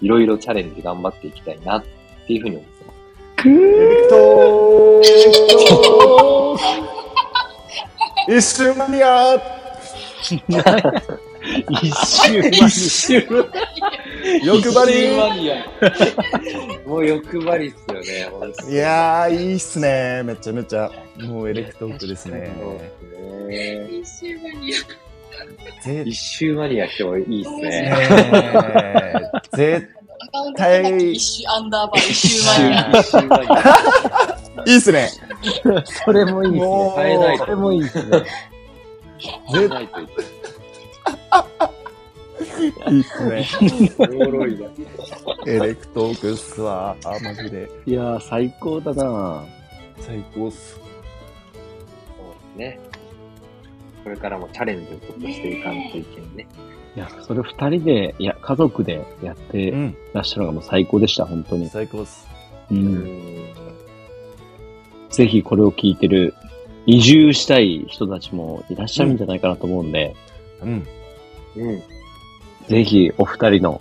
[SPEAKER 5] いろいろチャレンジ頑張っていきたいなっていうふうに思ってます。
[SPEAKER 3] クートー一周マニア
[SPEAKER 7] 一周一周
[SPEAKER 3] 欲張
[SPEAKER 5] りもう欲張りっすよね。
[SPEAKER 3] いやいいっすね。めちゃめちゃ。もうエレクトークですね。
[SPEAKER 6] 一周マニア。
[SPEAKER 5] 一周マニア今日いいっすね。
[SPEAKER 3] 絶対。
[SPEAKER 6] 一周アンダーバー一周マニア。
[SPEAKER 3] いいっすね。
[SPEAKER 7] それもいいっすね。変えないそれもいいっすね。
[SPEAKER 3] 絶対。いいっすね。
[SPEAKER 5] おもろいな。
[SPEAKER 3] エレクトークっすわ。あ、マジで。
[SPEAKER 7] いや最高だな
[SPEAKER 3] 最高っす。
[SPEAKER 5] そうですね。これからもチャレンジをちょっとしていかんといけんね。
[SPEAKER 7] いや、それ二人で、いや、家族でやってらっしゃるのがもう最高でした、本当に。
[SPEAKER 3] 最高です。
[SPEAKER 7] うん。ぜひこれを聞いてる、移住したい人たちもいらっしゃるんじゃないかなと思うんで、
[SPEAKER 3] うん。うん。
[SPEAKER 7] ぜひお二人の、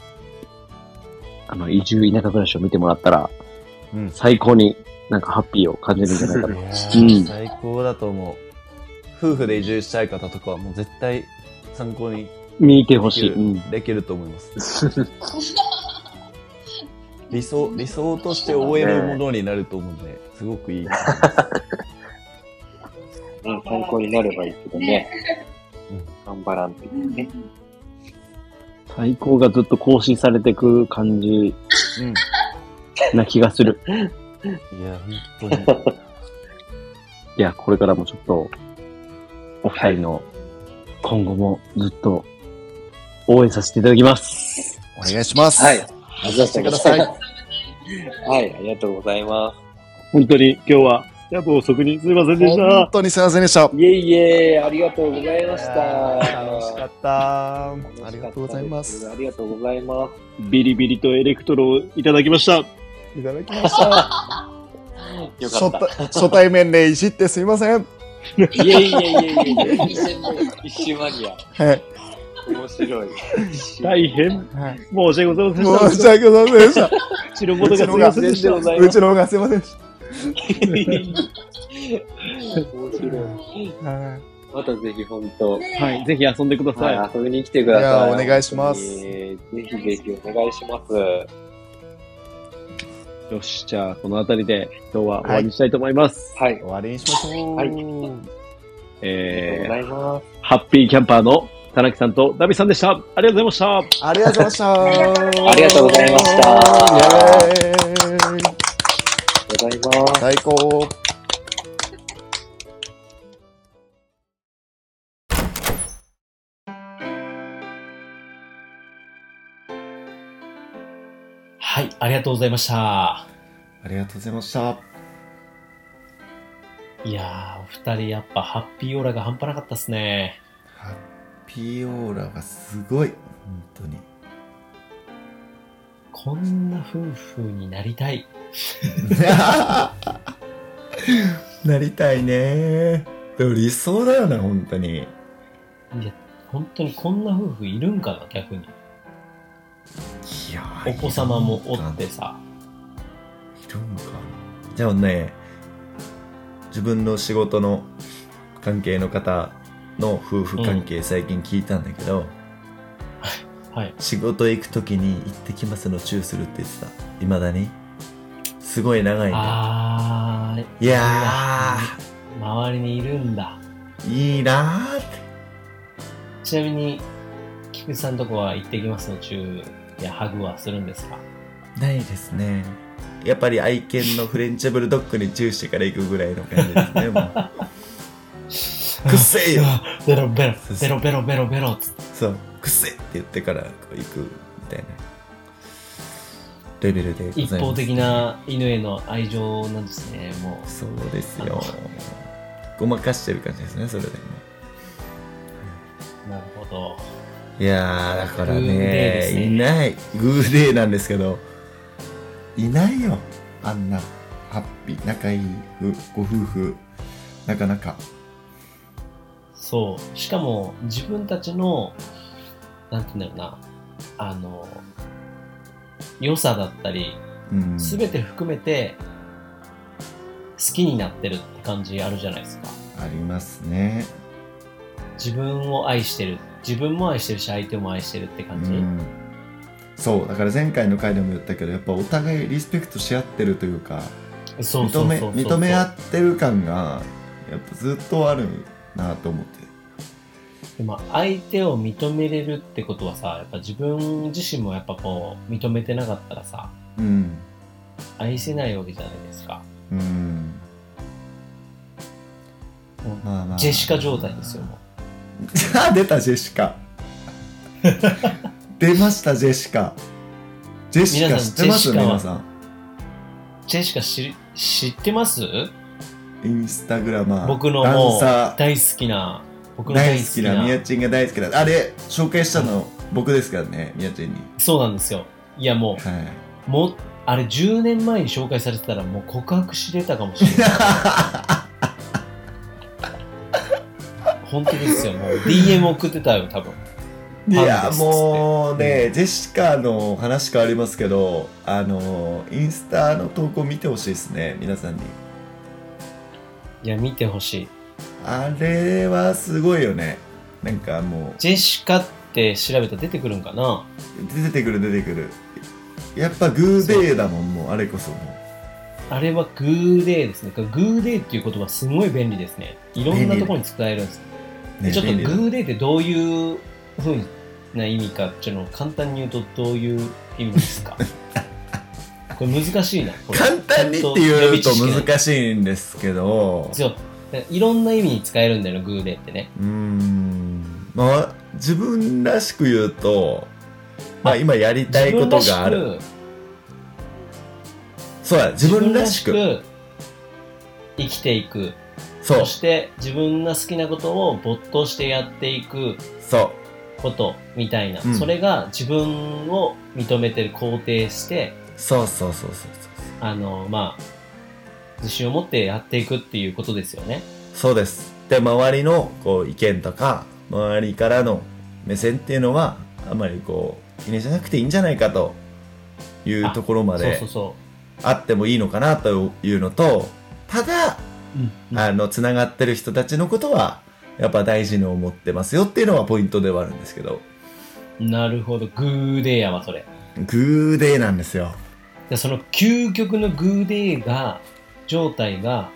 [SPEAKER 7] あの、移住田舎暮らしを見てもらったら、うん、最高になんかハッピーを感じるんじ ゃないかな。
[SPEAKER 3] うん、最高だと思う。夫婦で移住したい方とかはもう絶対参考に、
[SPEAKER 7] 見てほしい、うん
[SPEAKER 3] できると思います理想理想として終えるものになると思うんですご くいい
[SPEAKER 5] うん、参考になればいいけどね、うん、頑張らんといけね
[SPEAKER 7] 最高がずっと更新されてく感じ、うん、な気がするい
[SPEAKER 3] や本当に
[SPEAKER 7] いやこれからもちょっとお二人の今後もずっと応援させていただきます。
[SPEAKER 3] お願いします。
[SPEAKER 5] はい。目指してください。はい、ありがとうございます。
[SPEAKER 7] 本当に今日は夜分遅くにすいませんでした。
[SPEAKER 3] 本当にすいませんでした。
[SPEAKER 5] いえいえ、ありがとうございました。
[SPEAKER 3] 楽しかった。ありがとうございます。
[SPEAKER 5] ありがとうございます。
[SPEAKER 7] ビリビリとエレクトロをいただきました。
[SPEAKER 3] いただきました。よかった初初対面でいじってすいません。
[SPEAKER 5] いやいやいやいやいや、一周マニア。はい。面白い。。
[SPEAKER 7] 大変。申し訳ございません
[SPEAKER 3] でした。申し訳ございませんでし た。
[SPEAKER 7] うちのことがすいませんでした。
[SPEAKER 3] うちの方がすいませんでした
[SPEAKER 5] 面白い。またぜひ本当。
[SPEAKER 7] はい、ぜひ遊んでください。
[SPEAKER 5] はい、遊びに来てくださ
[SPEAKER 3] い。いお願いします。
[SPEAKER 5] ぜひぜひお願いします。
[SPEAKER 7] よし、じゃあこの辺りで今日は終わりにしたいと思います。
[SPEAKER 5] はい、
[SPEAKER 3] 終わりにしましょう。はい。。
[SPEAKER 7] えー、ハッピーキャンパーの田中さんとダビさんでした。ありがとうございました
[SPEAKER 3] ありがとうございました。
[SPEAKER 5] ありがとうございました。
[SPEAKER 3] あ
[SPEAKER 5] りがとうございます。
[SPEAKER 3] 最高。
[SPEAKER 2] はい、ありがとうございました。
[SPEAKER 3] ありがとうございました。
[SPEAKER 2] いやお二人やっぱハッピーオーラが半端なかったっすね。
[SPEAKER 3] ハッピーオーラがすごい。本当に。
[SPEAKER 2] こんな夫婦になりたい。
[SPEAKER 3] なりたいね。でも理想だよね、本当に。いや、
[SPEAKER 2] 本当にこんな夫婦いるんかな、逆に。い
[SPEAKER 3] や
[SPEAKER 2] お子様もおってさ。
[SPEAKER 3] いるんかな。じゃあね、自分の仕事の関係の方の夫婦関係最近聞いたんだけど、
[SPEAKER 2] うん、はい、
[SPEAKER 3] 仕事行く時に「行ってきます」のチューするって言ってたいまだにすごい長いんだ
[SPEAKER 2] あ
[SPEAKER 3] いや
[SPEAKER 2] 周りにいるんだ
[SPEAKER 3] いいなーって
[SPEAKER 2] ちなみに菊池さんとこは「行ってきます」のチューやハグはするんですか
[SPEAKER 3] ないですねやっぱり愛犬のフレンチブルドッグにチューしてから行くぐらいの感じですね、もう。くっせえよ
[SPEAKER 2] ベロベロ、ベロベロベロベロっつって。
[SPEAKER 3] そう、くっせえって言ってから行くみたいなレベルで
[SPEAKER 2] 一方的な犬への愛情なんですね、もう。
[SPEAKER 3] そうですよ。ごまかしてる感じですね、それで
[SPEAKER 2] も。なるほど。
[SPEAKER 3] いやだからね、ねいない、グーデーなんですけど。いないよあんなハッピー仲いいご夫婦なかなか
[SPEAKER 2] そうしかも自分たちのなんて言うんだろうなあの良さだったり、うん、全て含めて好きになってるって感じあるじゃないですか。
[SPEAKER 3] ありますね。
[SPEAKER 2] 自分を愛してる。自分も愛してるし、相手も愛してるって感じ。
[SPEAKER 3] うんそうだから前回の回でも言ったけどやっぱお互いリスペクトし合ってるというか
[SPEAKER 2] そう
[SPEAKER 3] 認
[SPEAKER 2] そう
[SPEAKER 3] め
[SPEAKER 2] そうそう
[SPEAKER 3] 認め合ってる感がやっぱずっとあるなと思って
[SPEAKER 2] でも相手を認めれるってことはさ、やっぱ自分自身もやっぱこう認めてなかったらさ、
[SPEAKER 3] うん
[SPEAKER 2] 愛せないわけじゃないですか。
[SPEAKER 3] うんまあまあ
[SPEAKER 2] ジェシカ状態ですよ、も
[SPEAKER 3] あ出たジェ シカ出ましたジェシカジェシカ
[SPEAKER 2] 皆
[SPEAKER 3] 知
[SPEAKER 2] さん
[SPEAKER 3] ってま
[SPEAKER 2] ジェ
[SPEAKER 3] す
[SPEAKER 2] シカは
[SPEAKER 3] 皆さん
[SPEAKER 2] う。ジェシカ知り知ってます
[SPEAKER 3] インスタグラマー
[SPEAKER 2] 僕の
[SPEAKER 3] ダ
[SPEAKER 2] も
[SPEAKER 3] ン
[SPEAKER 2] う
[SPEAKER 3] サ
[SPEAKER 2] 大好きな、僕の
[SPEAKER 3] ー
[SPEAKER 2] 大
[SPEAKER 3] 大
[SPEAKER 2] 好
[SPEAKER 3] 好
[SPEAKER 2] き
[SPEAKER 3] き
[SPEAKER 2] な。
[SPEAKER 3] なみやちんが大好きなあれ紹介したの僕ですからねみやちんに
[SPEAKER 2] そうなんですよ。いやも、
[SPEAKER 3] はいう
[SPEAKER 2] もう、あれ10年前に紹介されてたらもう告白してたかもしれ ない。本当ですよ、もう DM 送ってたよ、多分。
[SPEAKER 3] い
[SPEAKER 2] ファン
[SPEAKER 3] や
[SPEAKER 2] ですっつって
[SPEAKER 3] もうね、ジェシカの話変わりますけどあのインスタの投稿見てほしいですね皆さんに
[SPEAKER 2] いや、見てほしい。
[SPEAKER 3] あれはすごいよねなんかも
[SPEAKER 2] ジェシカって調べたら出てくるんかな
[SPEAKER 3] う出てくる出てくるやっぱグーデーだもんもうあれこそも
[SPEAKER 2] あれはグーデーですね。グーデーっていう言葉すごい便利ですね。いろんなところに使えるんです。
[SPEAKER 3] う、
[SPEAKER 2] で
[SPEAKER 3] ね、
[SPEAKER 2] ちょっと
[SPEAKER 3] 便利だ
[SPEAKER 2] グーデーってどういうふうな意味かっていうのを簡単に言うとどういう意味です かこれ難しいな。これ
[SPEAKER 3] 簡単にって言うと難しいんですけど
[SPEAKER 2] そうだからいろんな意味に使えるんだよね、グーデーってね。
[SPEAKER 3] うーんまあ自分らしく言うとまあ今やりたいことがあるそうだ自
[SPEAKER 2] 自
[SPEAKER 3] 分
[SPEAKER 2] 分
[SPEAKER 3] ら
[SPEAKER 2] ら
[SPEAKER 3] し
[SPEAKER 2] し
[SPEAKER 3] く
[SPEAKER 2] く自分らしく生きていく。
[SPEAKER 3] そう
[SPEAKER 2] そして自分が好きなことを没頭してやっていく
[SPEAKER 3] そう
[SPEAKER 2] ことみたいな、
[SPEAKER 3] うん
[SPEAKER 2] それが自分を認めてる肯定して
[SPEAKER 3] そうそうそうそうそう
[SPEAKER 2] あのまあ自信を持ってやっていくっていうことですよね
[SPEAKER 3] そうですで周りのこう意見とか周りからの目線っていうのはあまりこう気にしなくていいんじゃないかというところま
[SPEAKER 2] そう
[SPEAKER 3] で
[SPEAKER 2] そうそ
[SPEAKER 3] あってもいいのかなというのとただ
[SPEAKER 2] う、うん
[SPEAKER 3] あのつながってる人たちのことはやっぱ大事に思ってますよっていうのはポイントではあるんですけど
[SPEAKER 2] なるほどグーデーやわそれ
[SPEAKER 3] グーデーなんですよ
[SPEAKER 2] でその究極のグーデーが状態が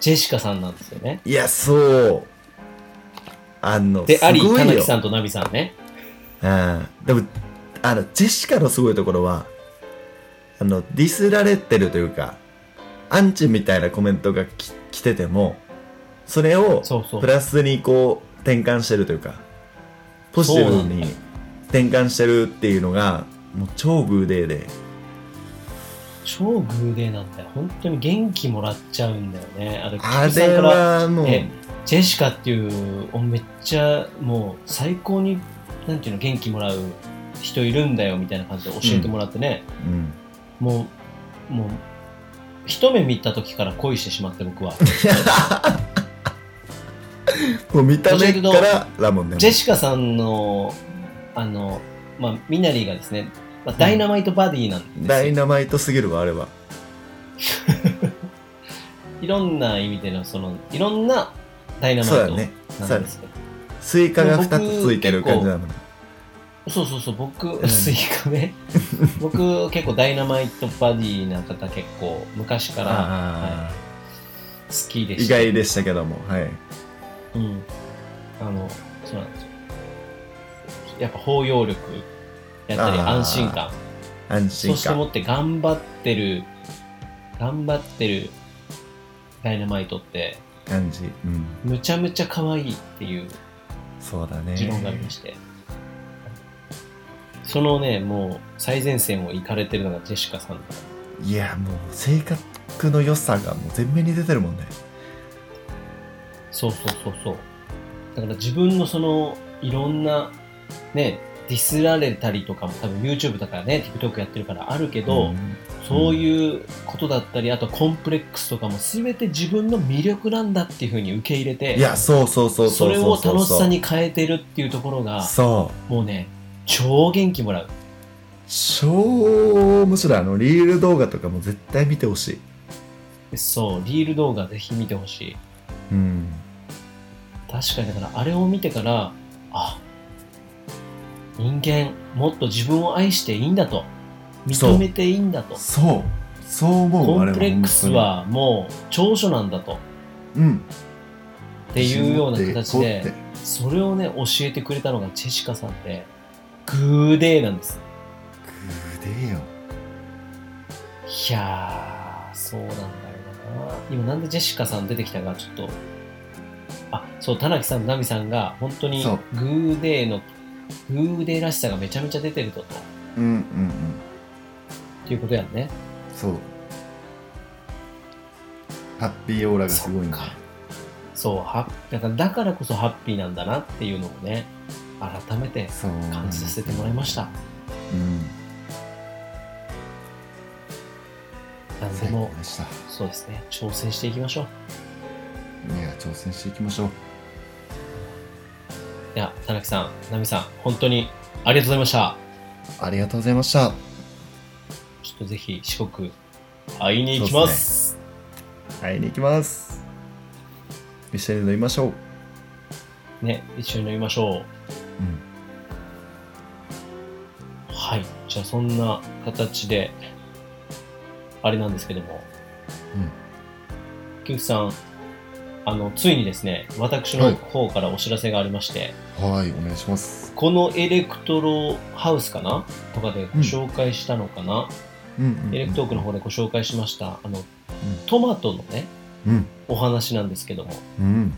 [SPEAKER 2] ジェシカさんなんですよね
[SPEAKER 3] いやそうあの
[SPEAKER 2] であり
[SPEAKER 3] すご
[SPEAKER 2] 田
[SPEAKER 3] い
[SPEAKER 2] 中
[SPEAKER 3] よ
[SPEAKER 2] さんとナビさんね
[SPEAKER 3] うんでもあのジェシカのすごいところはあのディスられてるというかアンチみたいなコメントがき来ててもそれを
[SPEAKER 2] そうそう
[SPEAKER 3] プラスにこう転換してるというかポジティブに転換してるっていうのがもう超グーデーで
[SPEAKER 2] 超グーデーなんだよ本当に元気もらっちゃうんだよねあれ
[SPEAKER 3] あ
[SPEAKER 2] 菊池さん
[SPEAKER 3] れ
[SPEAKER 2] から
[SPEAKER 3] はもう
[SPEAKER 2] えジェシカっていうおめっちゃもう最高になんていうの元気もらう人いるんだよみたいな感じで教えてもらってね、
[SPEAKER 3] うん
[SPEAKER 2] もうもう一目見た時から恋してしまって僕は
[SPEAKER 3] もう見た目からだもんね
[SPEAKER 2] ジェシカさんのあのまあミナリーがですね、まあ、ダイナマイトバディなんです
[SPEAKER 3] ダイ
[SPEAKER 2] よ、
[SPEAKER 3] ナマイトすぎるわあれはい
[SPEAKER 2] ろんな意味でのそのいろんなダイナマイ
[SPEAKER 3] そうだ
[SPEAKER 2] ト
[SPEAKER 3] ね
[SPEAKER 2] なんですけど
[SPEAKER 3] スイカが2つついてる感じだもんね
[SPEAKER 2] そうそうそう、僕、
[SPEAKER 3] ん
[SPEAKER 2] スイカね。 僕、結構ダイナマイトバディな方結構昔から、
[SPEAKER 3] あ
[SPEAKER 2] は
[SPEAKER 3] ー
[SPEAKER 2] い、好きで
[SPEAKER 3] 意
[SPEAKER 2] した。
[SPEAKER 3] 外でしたけどもはい
[SPEAKER 2] うん。あの、そうなんですよ。やっぱ包容力やったり
[SPEAKER 3] あー
[SPEAKER 2] 安心感。
[SPEAKER 3] 安
[SPEAKER 2] そ
[SPEAKER 3] 心
[SPEAKER 2] しても
[SPEAKER 3] 感
[SPEAKER 2] って頑張ってる、頑張ってるダイナマイトって、
[SPEAKER 3] 感じうん
[SPEAKER 2] むちゃむちゃ可愛いっていう
[SPEAKER 3] そうだね
[SPEAKER 2] 持論がありまして、そのね、もう最前線を行かれてるのがジェシカさんだ
[SPEAKER 3] いやもう性格の良さがもう全面に出てるもんね
[SPEAKER 2] そうそうそうそう。だから自分のその、いろんな、ね、ディスられたりとかも多分 YouTube だからね、TikTok やってるからあるけど、
[SPEAKER 3] ん
[SPEAKER 2] そういうことだったり、あとコンプレックスとかも全て自分の魅力なんだっていうふうに受け入れて、
[SPEAKER 3] いやそうそうそう
[SPEAKER 2] そ
[SPEAKER 3] そう
[SPEAKER 2] れ
[SPEAKER 3] そ
[SPEAKER 2] を
[SPEAKER 3] うそう
[SPEAKER 2] 楽しさに変えてるっていうところが、
[SPEAKER 3] そう
[SPEAKER 2] もうね、超元気もらう。
[SPEAKER 3] 超むしろあのリール動画とかも絶対見てほしい
[SPEAKER 2] そう、リール動画ぜひ見てほしい。
[SPEAKER 3] うん。
[SPEAKER 2] 確かに、だからあれを見てから、あ、人間、もっと自分を愛していいんだと。認めていいんだと。
[SPEAKER 3] そう。そう思う
[SPEAKER 2] コンプレックスはもう長所なんだと。
[SPEAKER 3] うん。
[SPEAKER 2] っていうような形で、それをね、教えてくれたのがチェシカさんで、グーデーなんです。
[SPEAKER 3] グーデーよ。
[SPEAKER 2] いやー、そうなんだよな。今なんでジェシカさん出てきたか、ちょっと。あ、そう、田中さん、ナミさんが、本当にグーデーの、グーデーらしさがめちゃめちゃ出てるとと。
[SPEAKER 3] うんうんうん。
[SPEAKER 2] っていうことやんね。
[SPEAKER 3] そうハッピーオーラがすごいんだ
[SPEAKER 2] そうはだからだからこそハッピーなんだなっていうのをね改めて感じさせてもらいました
[SPEAKER 3] うん、
[SPEAKER 2] 何でもそうですね挑戦していきましょ
[SPEAKER 3] ういや挑戦していきましょう
[SPEAKER 2] いや田中さん奈美さん本当にありがとうございました
[SPEAKER 3] ありがとうございました
[SPEAKER 2] ちょっとぜひ四国会いに行きます、
[SPEAKER 3] ね、会いに行きます一緒に飲みましょ
[SPEAKER 2] うね一緒に飲みましょう、うん、はいじゃあそんな形であれなんですけども菊池、うん、さんあのついにですね私の方からお知らせがありまして、
[SPEAKER 3] はい、お願いします
[SPEAKER 2] このエレクトロハウスかなとかでご紹介したのかな、うんエレクトークの方でご紹介しましたあの、うん、トマトのね、
[SPEAKER 3] うん、
[SPEAKER 2] お話なんですけども、
[SPEAKER 3] うん、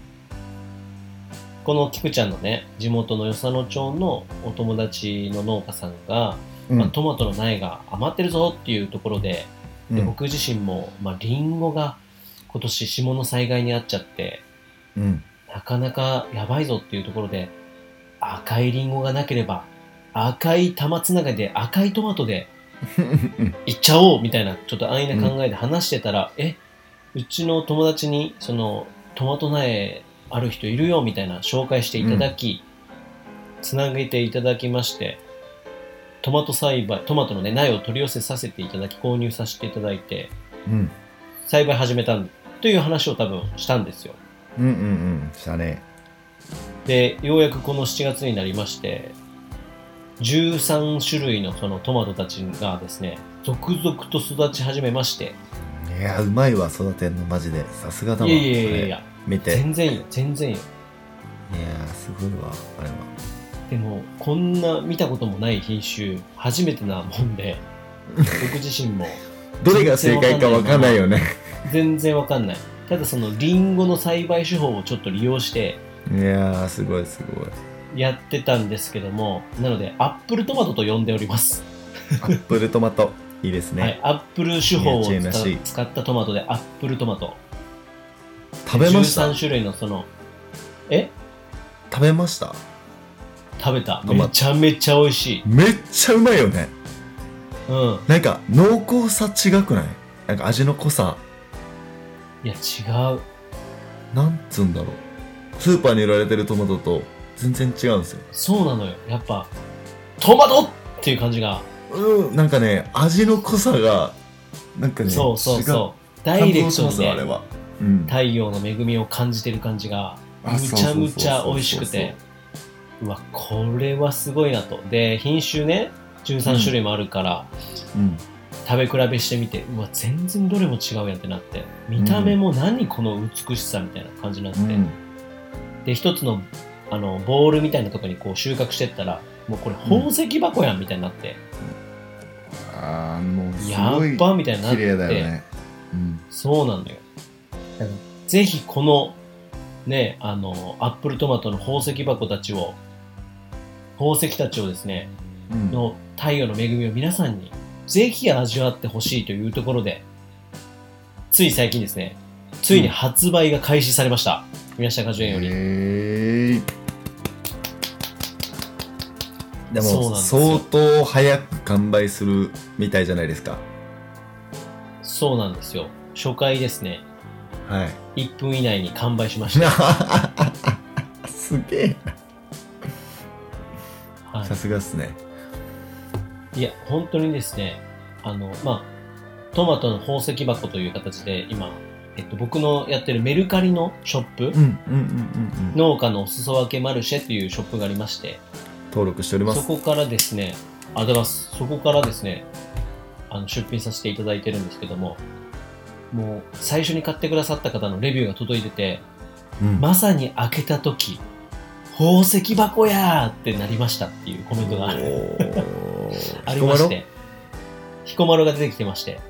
[SPEAKER 2] この菊ちゃんのね地元の与謝野町のお友達の農家さんが、まあ、トマトの苗が余ってるぞっていうところでで僕自身も、まあ、リンゴが今年霜の災害に遭っちゃって、なかなかやばいぞっていうところで赤いリンゴがなければ赤い玉つながりで赤いトマトで行っちゃおうみたいなちょっと安易な考えで話してたら、うん、えうちの友達にそのトマト苗ある人いるよみたいな紹介していただき、うん、つなげていただきましてトマト栽培トマトの、ね、苗を取り寄せさせていただき購入させていただいて、
[SPEAKER 3] うん、
[SPEAKER 2] 栽培始めたという話を多分したんですよ。
[SPEAKER 3] うんうんうんしたね。
[SPEAKER 2] でようやくこの7月になりまして13種類のそのトマトたちがですね続々と育ち始めまして
[SPEAKER 3] いやうまいわ育てんのマジでさすがだわ
[SPEAKER 2] いやいやいや
[SPEAKER 3] 見て
[SPEAKER 2] 全然よ全然よ
[SPEAKER 3] いやすごいわあれは
[SPEAKER 2] でもこんな見たこともない品種初めてなもんで僕自身も
[SPEAKER 3] どれが正解か分かんないよね
[SPEAKER 2] 全然分かんないただそのりんごの栽培手法をちょっと利用して
[SPEAKER 3] いやすごいすごい
[SPEAKER 2] やってたんですけどもなのでアップルトマトと呼んでおります、
[SPEAKER 3] アップルトマトいいですね、はい
[SPEAKER 2] アップル手法を使ったトマトでアップルトマト
[SPEAKER 3] 食べました
[SPEAKER 2] 13種類のそのえ
[SPEAKER 3] 食べました
[SPEAKER 2] 食べためちゃめちゃ美味しい
[SPEAKER 3] めっちゃうまいよね
[SPEAKER 2] うん
[SPEAKER 3] なんか濃厚さ違くないなんか味の濃さ
[SPEAKER 2] いや違う
[SPEAKER 3] なんつうんだろうスーパーに売られてるトマトと全然違うんですよ
[SPEAKER 2] そうなのよやっぱトマトっていう感じが
[SPEAKER 3] うんなんかね味の濃さがなんかね
[SPEAKER 2] そうそうそうダイレクトに、ね、
[SPEAKER 3] あれは、
[SPEAKER 2] うん、太陽の恵みを感じてる感じがむちゃむちゃ美味しくてうわこれはすごいなとで品種ね13種類もあるから、
[SPEAKER 3] うん、うん、
[SPEAKER 2] 食べ比べしてみてうわ全然どれも違うやんってなって見た目も何この美しさみたいな感じになって、うん、で一つのあのボールみたいなとこにこう収穫してったらもうこれ宝石箱やんみたいになって、
[SPEAKER 3] うん、ああもうす
[SPEAKER 2] ごいやっぱみたいになって
[SPEAKER 3] 綺麗だよね、うん、
[SPEAKER 2] そうなんだよぜひこのねあのアップルトマトの宝石箱たちを宝石たちをですね、うん、の太陽の恵みを皆さんにぜひ味わってほしいというところでつい最近ですねついに発売が開始されました、宮下果樹園より、
[SPEAKER 3] えー、でも相当早く完売するみたいじゃないですか
[SPEAKER 2] そうなんですよ初回ですね
[SPEAKER 3] はい
[SPEAKER 2] 1分以内に完売しました
[SPEAKER 3] すげえ、はい、さすがっすね
[SPEAKER 2] いや本当にですねあのまあトマトの宝石箱という形で今えっと、僕のやってるメルカリのショップ、農家のお裾分けマルシェというショップがありまして、
[SPEAKER 3] 登録しております。
[SPEAKER 2] そこからですね、あざます。そこからですね、あの出品させていただいてるんですけども、もう最初に買ってくださった方のレビューが届いてて、うん、まさに開けた時、宝石箱やってなりましたっていうコメントが ありまして、彦摩呂が出てきてまして、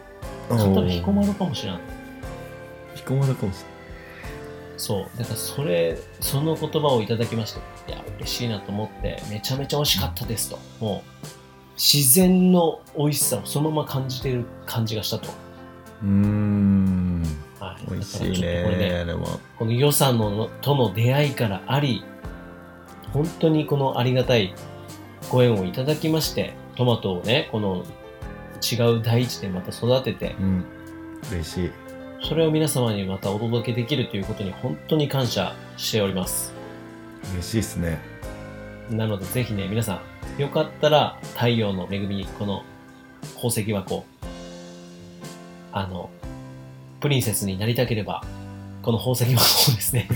[SPEAKER 2] 多分彦摩呂かもしれない。
[SPEAKER 3] 彦摩呂かもしれない。
[SPEAKER 2] そう。だからそれ、その言葉をいただきまして、いや、嬉しいなと思って、めちゃめちゃ美味しかったですと。もう、自然の美味しさをそのまま感じてる感じがしたと。
[SPEAKER 3] うーん。はい、美味しいね。
[SPEAKER 2] これね、この良さのとの出会いからあり、本当にこのありがたいご縁をいただきまして、トマトをね、この違う大地でまた育てて、
[SPEAKER 3] うん、嬉しい。
[SPEAKER 2] それを皆様にまたお届けできるということに本当に感謝しております。
[SPEAKER 3] 嬉しいですね。
[SPEAKER 2] なのでぜひね、皆さん、よかったら太陽の恵みにこの宝石箱、あの、プリンセスになりたければ、この宝石箱をですね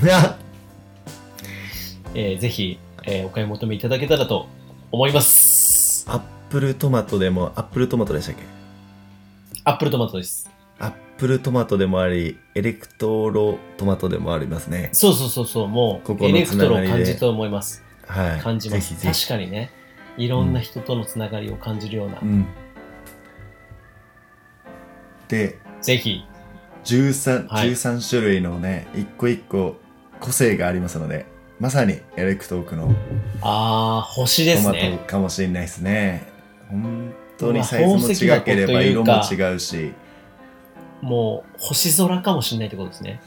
[SPEAKER 2] えー、ぜひ、えー、お買い求めいただけたらと思います。
[SPEAKER 3] アップルトマトでも、アップルトマトでしたっけ
[SPEAKER 2] アップルトマトです。
[SPEAKER 3] アップルトマトでもあり、エレクトロトマトでもありますね。
[SPEAKER 2] そうそうそうそう、もう、ここエレクトロを感じと思います。
[SPEAKER 3] はい。
[SPEAKER 2] 感じます。ぜひぜひ確かにね、いろんな人とのつながりを感じるような。うん。
[SPEAKER 3] で、
[SPEAKER 2] ぜひ。
[SPEAKER 3] 13、はい、13種類のね、一個一個個性がありますので、まさにエレクトークの。
[SPEAKER 2] ああ、星です
[SPEAKER 3] ね。トマトかもしれないですね。本当にサイズも違ければ色も違うし。
[SPEAKER 2] もう星空かもしれないってことですね。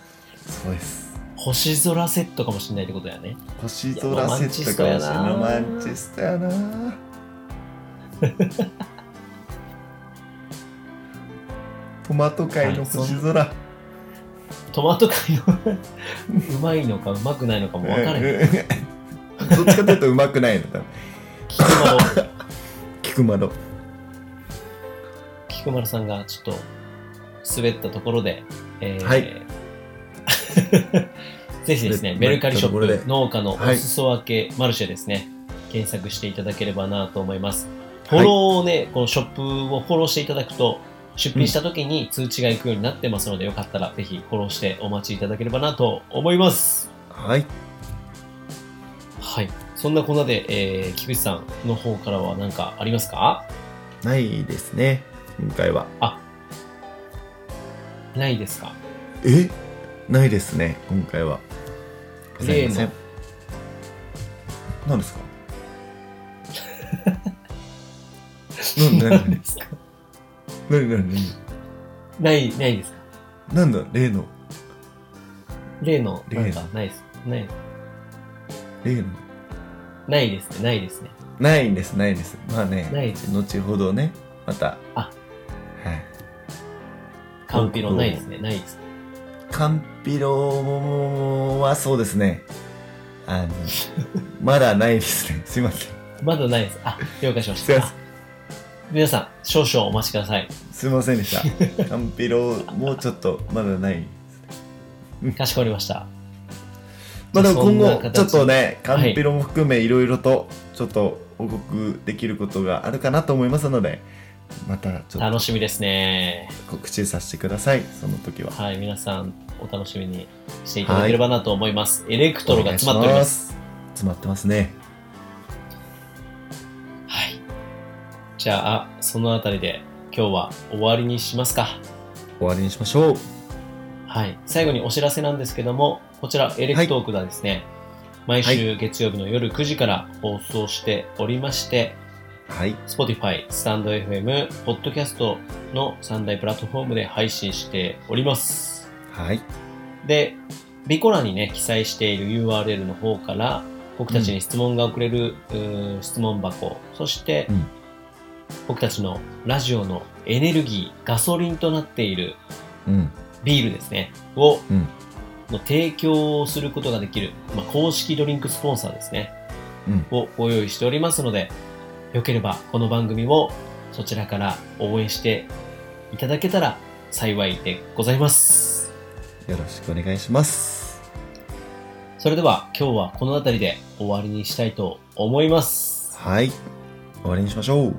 [SPEAKER 3] そうです。
[SPEAKER 2] 星空セットかもしれないってことだよね。
[SPEAKER 3] 星空セットかもしれない。ロマンチストやな。トマト界の星空。はい、
[SPEAKER 2] トマト界の うまいのかうまくないのかも分からへん。
[SPEAKER 3] どっちかというとうまくないの多分。
[SPEAKER 2] 菊丸。
[SPEAKER 3] 菊丸。
[SPEAKER 2] 菊丸さんがちょっと。滑ったところで、えー、
[SPEAKER 3] はい、
[SPEAKER 2] ぜひですね、メルカリショップ、農家のお裾分けマルシェですね、はい、検索していただければなと思います。フォローをね、はい、このショップをフォローしていただくと、出品した時に通知が行くようになってますので、うん、よかったらぜひフォローしてお待ちいただければなと思います。
[SPEAKER 3] はい。
[SPEAKER 2] はい。そんなこんなで、えー、菊池さんの方からは何かありますか
[SPEAKER 3] ないですね、今回は。
[SPEAKER 2] あ、ないですか
[SPEAKER 3] えないですね今回は
[SPEAKER 2] 例の
[SPEAKER 3] 何ですか
[SPEAKER 2] 何ですか
[SPEAKER 3] 何何何
[SPEAKER 2] ないないですか
[SPEAKER 3] なんだ例の
[SPEAKER 2] 例のなんかないですない
[SPEAKER 3] 例の
[SPEAKER 2] ないですねないですね
[SPEAKER 3] ないんですないんですまあね
[SPEAKER 2] ないです
[SPEAKER 3] 後ほどねまた
[SPEAKER 2] あはいカンピロないですね、ないです、ね。
[SPEAKER 3] カンピロはそうですね。あの、まだないですね。すいません。
[SPEAKER 2] まだないです。あ、了解しました。すいません。皆さん、少々お待ちください。、
[SPEAKER 3] すいませんでした。カンピロもうちょっとまだないです
[SPEAKER 2] ね。かしこまりました。
[SPEAKER 3] まあでも今後、ちょっとね、カンピロも含めいろいろと、ちょっと報告できることがあるかなと思いますので、またちょっと
[SPEAKER 2] 楽しみですね
[SPEAKER 3] 告知させてくださいその時は
[SPEAKER 2] はい皆さんお楽しみにしていただければなと思います、はい、エレクトロが詰まっております
[SPEAKER 3] 詰まってますね
[SPEAKER 2] はいじゃあそのあたりで今日は終わりにしますか
[SPEAKER 3] 終わりにしましょう
[SPEAKER 2] はい最後にお知らせなんですけどもこちらエレクトークではですね、はい、毎週月曜日の夜9時から放送しておりまして、
[SPEAKER 3] はい、
[SPEAKER 2] Spotify、スタンド FM、ポッドキャストの3大プラットフォームで配信しております。
[SPEAKER 3] はい。
[SPEAKER 2] で、ビコラにね、記載している URL の方から、僕たちに質問が送れる、うん、質問箱、そして、うん、僕たちのラジオのエネルギー、ガソリンとなっている、
[SPEAKER 3] うん、
[SPEAKER 2] ビールですね、を、うん、の提供をすることができる、まあ、公式ドリンクスポンサーですね、
[SPEAKER 3] うん、
[SPEAKER 2] をご用意しておりますので、よければこの番組もそちらから応援していただけたら幸いでございます。
[SPEAKER 3] よろしくお願いします
[SPEAKER 2] それでは今日はこの辺りで終わりにしたいと思います
[SPEAKER 3] はい終わりにしましょう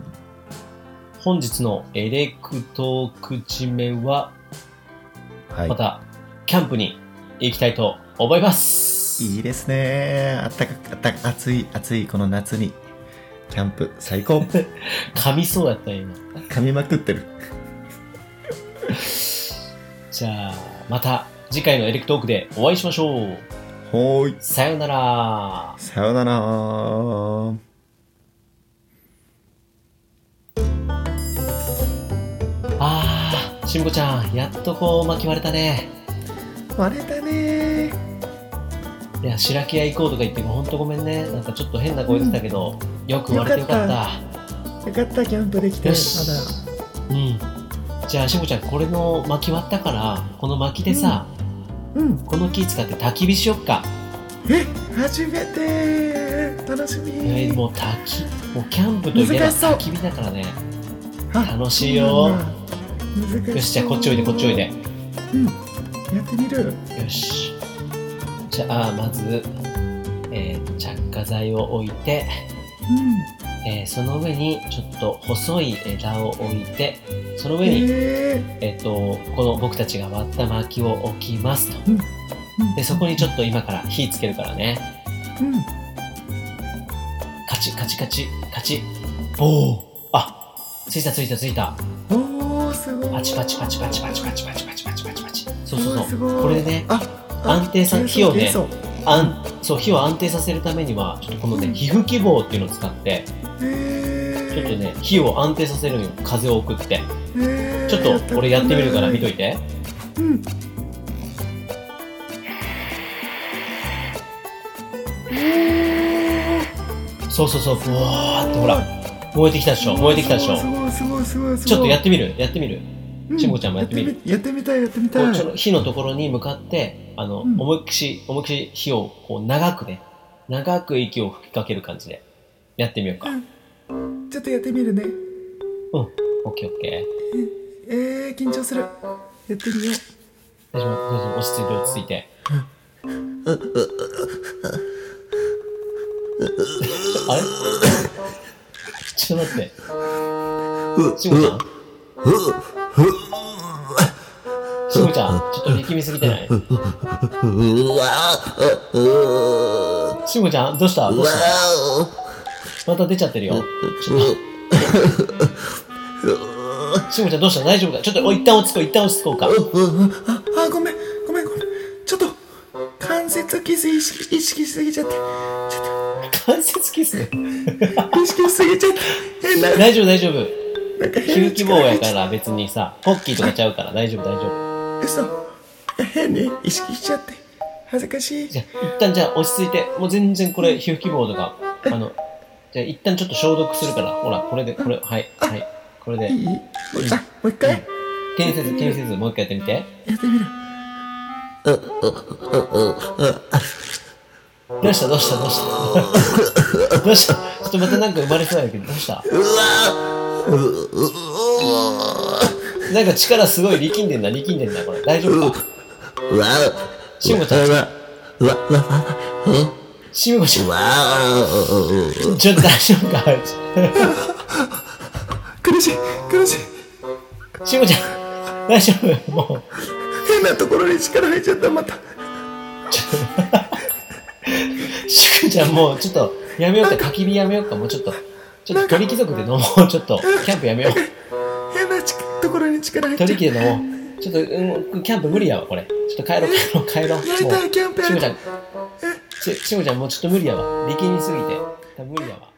[SPEAKER 2] 本日のエレクト口目は、はい、またキャンプに行きたいと思います
[SPEAKER 3] いいですねあったかくあったか暑い暑いこの夏にキャンプ 最高
[SPEAKER 2] 噛みそうやった今
[SPEAKER 3] 噛みまくってる
[SPEAKER 2] じゃあまた次回のエレクトークでお会いしましょう
[SPEAKER 3] はい
[SPEAKER 2] さよなら
[SPEAKER 3] さよなら
[SPEAKER 2] あーしんこちゃんやっとこう巻き割れたね
[SPEAKER 3] 割れたね
[SPEAKER 2] いや白木屋行こうとか言ってほんとごめんねなんかちょっと変な声出てたけど、うん、よく割れてよかった
[SPEAKER 3] よかったキャンプできてま
[SPEAKER 2] だうんじゃあしんこちゃんこれの巻き割ったからこの巻きでさ、
[SPEAKER 3] うん、うん、
[SPEAKER 2] この木使って焚き火しよっか
[SPEAKER 3] え初めて楽しみ
[SPEAKER 2] いやもう焚きもうキャンプといえば焚き火だからね楽しいよよしじゃあこっちおいでこっちおいで
[SPEAKER 3] うんやってみる
[SPEAKER 2] よしじゃあまず、えー、着火剤を置いて、
[SPEAKER 3] うん、
[SPEAKER 2] えー、その上にちょっと細い枝を置いてその上に、えー、っとこの僕たちが割った薪を置きますと、うんうん、でそこにちょっと今から火つけるからね、
[SPEAKER 3] うん、
[SPEAKER 2] カチカチカチカチおおあついたついたついたパチパチパチパチパチパチパチパチパチパチパチそうそうそうこれでね安定さ火をねあんそう火を安定させるためにはちょっとこのね、うん、皮膚希望っていうのを使ってちょっとね火を安定させるのに風を送ってちょっと俺やってみるから見といて
[SPEAKER 3] うん
[SPEAKER 2] そうそうそうブワーってほら燃えてきたでしょ燃えてきたでしょちょっとやってみるやってみる、うん、しんこちゃんもやってみる
[SPEAKER 3] やってみたいやってみた
[SPEAKER 2] い火のところに向かってあの、うん、思いっきし思いっきし火をこう長くね長く息を吹きかける感じでやってみようか、
[SPEAKER 3] うん、ちょっとやってみるね
[SPEAKER 2] うんオッケーオッケ
[SPEAKER 3] ーええー、緊張するやってみよう
[SPEAKER 2] 大丈夫どうぞ落ち着いて落ち着いてあれちょっと待って。しもちゃんしもちゃん、ちょっと力みすぎてないしもちゃん、どうしたどうしたまた出ちゃってるよ。しもちゃん、どうした大丈夫かちょっと、一旦落ち着こう、一旦落ち着こうか。
[SPEAKER 3] あ、ごめん、ごめん、ごめん。ちょっと、関節傷意識意識しすぎちゃって。ちょ
[SPEAKER 2] っと。関節傷
[SPEAKER 3] 意識しすぎちゃって。
[SPEAKER 2] 大丈夫、大丈夫。旧希望やから別にさ、ポッキーとかちゃうから大丈夫大丈夫。
[SPEAKER 3] 嘘。変に意識しちゃって。恥ずかしい。
[SPEAKER 2] じゃ一旦じゃあ落ち着いて、もう全然これ、皮膚希望とか、あの、じゃあ一旦ちょっと消毒するから、ほら、これで、これ、はい、はい、これで。
[SPEAKER 3] いいもう一回、もう一回
[SPEAKER 2] 気にせず、気にせず、もう一回やってみて。や
[SPEAKER 3] ってみる。
[SPEAKER 2] どうしたどうしたどうした どうしたちょっとまたなんか生まれそうやけど、どうしたう
[SPEAKER 3] わ
[SPEAKER 2] なんか力すごい力んでんな、力んでんな、これ。大丈夫かしもちゃん。しもちゃん。ちょっと大丈夫か
[SPEAKER 3] 苦しい、苦しい。
[SPEAKER 2] しもちゃん、大丈夫もう。
[SPEAKER 3] 変なところに力入っちゃった、また。
[SPEAKER 2] ちょしもちゃん、もうちょっと、やめようか、焚き火やめようか、もうちょっと。ちょっと鳥貴族で飲もう。ちょっと、キャンプやめよう。
[SPEAKER 3] 変なところに力入っ
[SPEAKER 2] ちゃう。鳥貴で飲もう。ちょっと、うん、キャンプ無理やわ、これ。ちょっと帰ろう、帰ろう、帰ろう。
[SPEAKER 3] やりたい、キャンプや
[SPEAKER 2] りたい。しもちゃん、しもちゃんもうちょっと無理やわ。力みすぎて。無理やわ。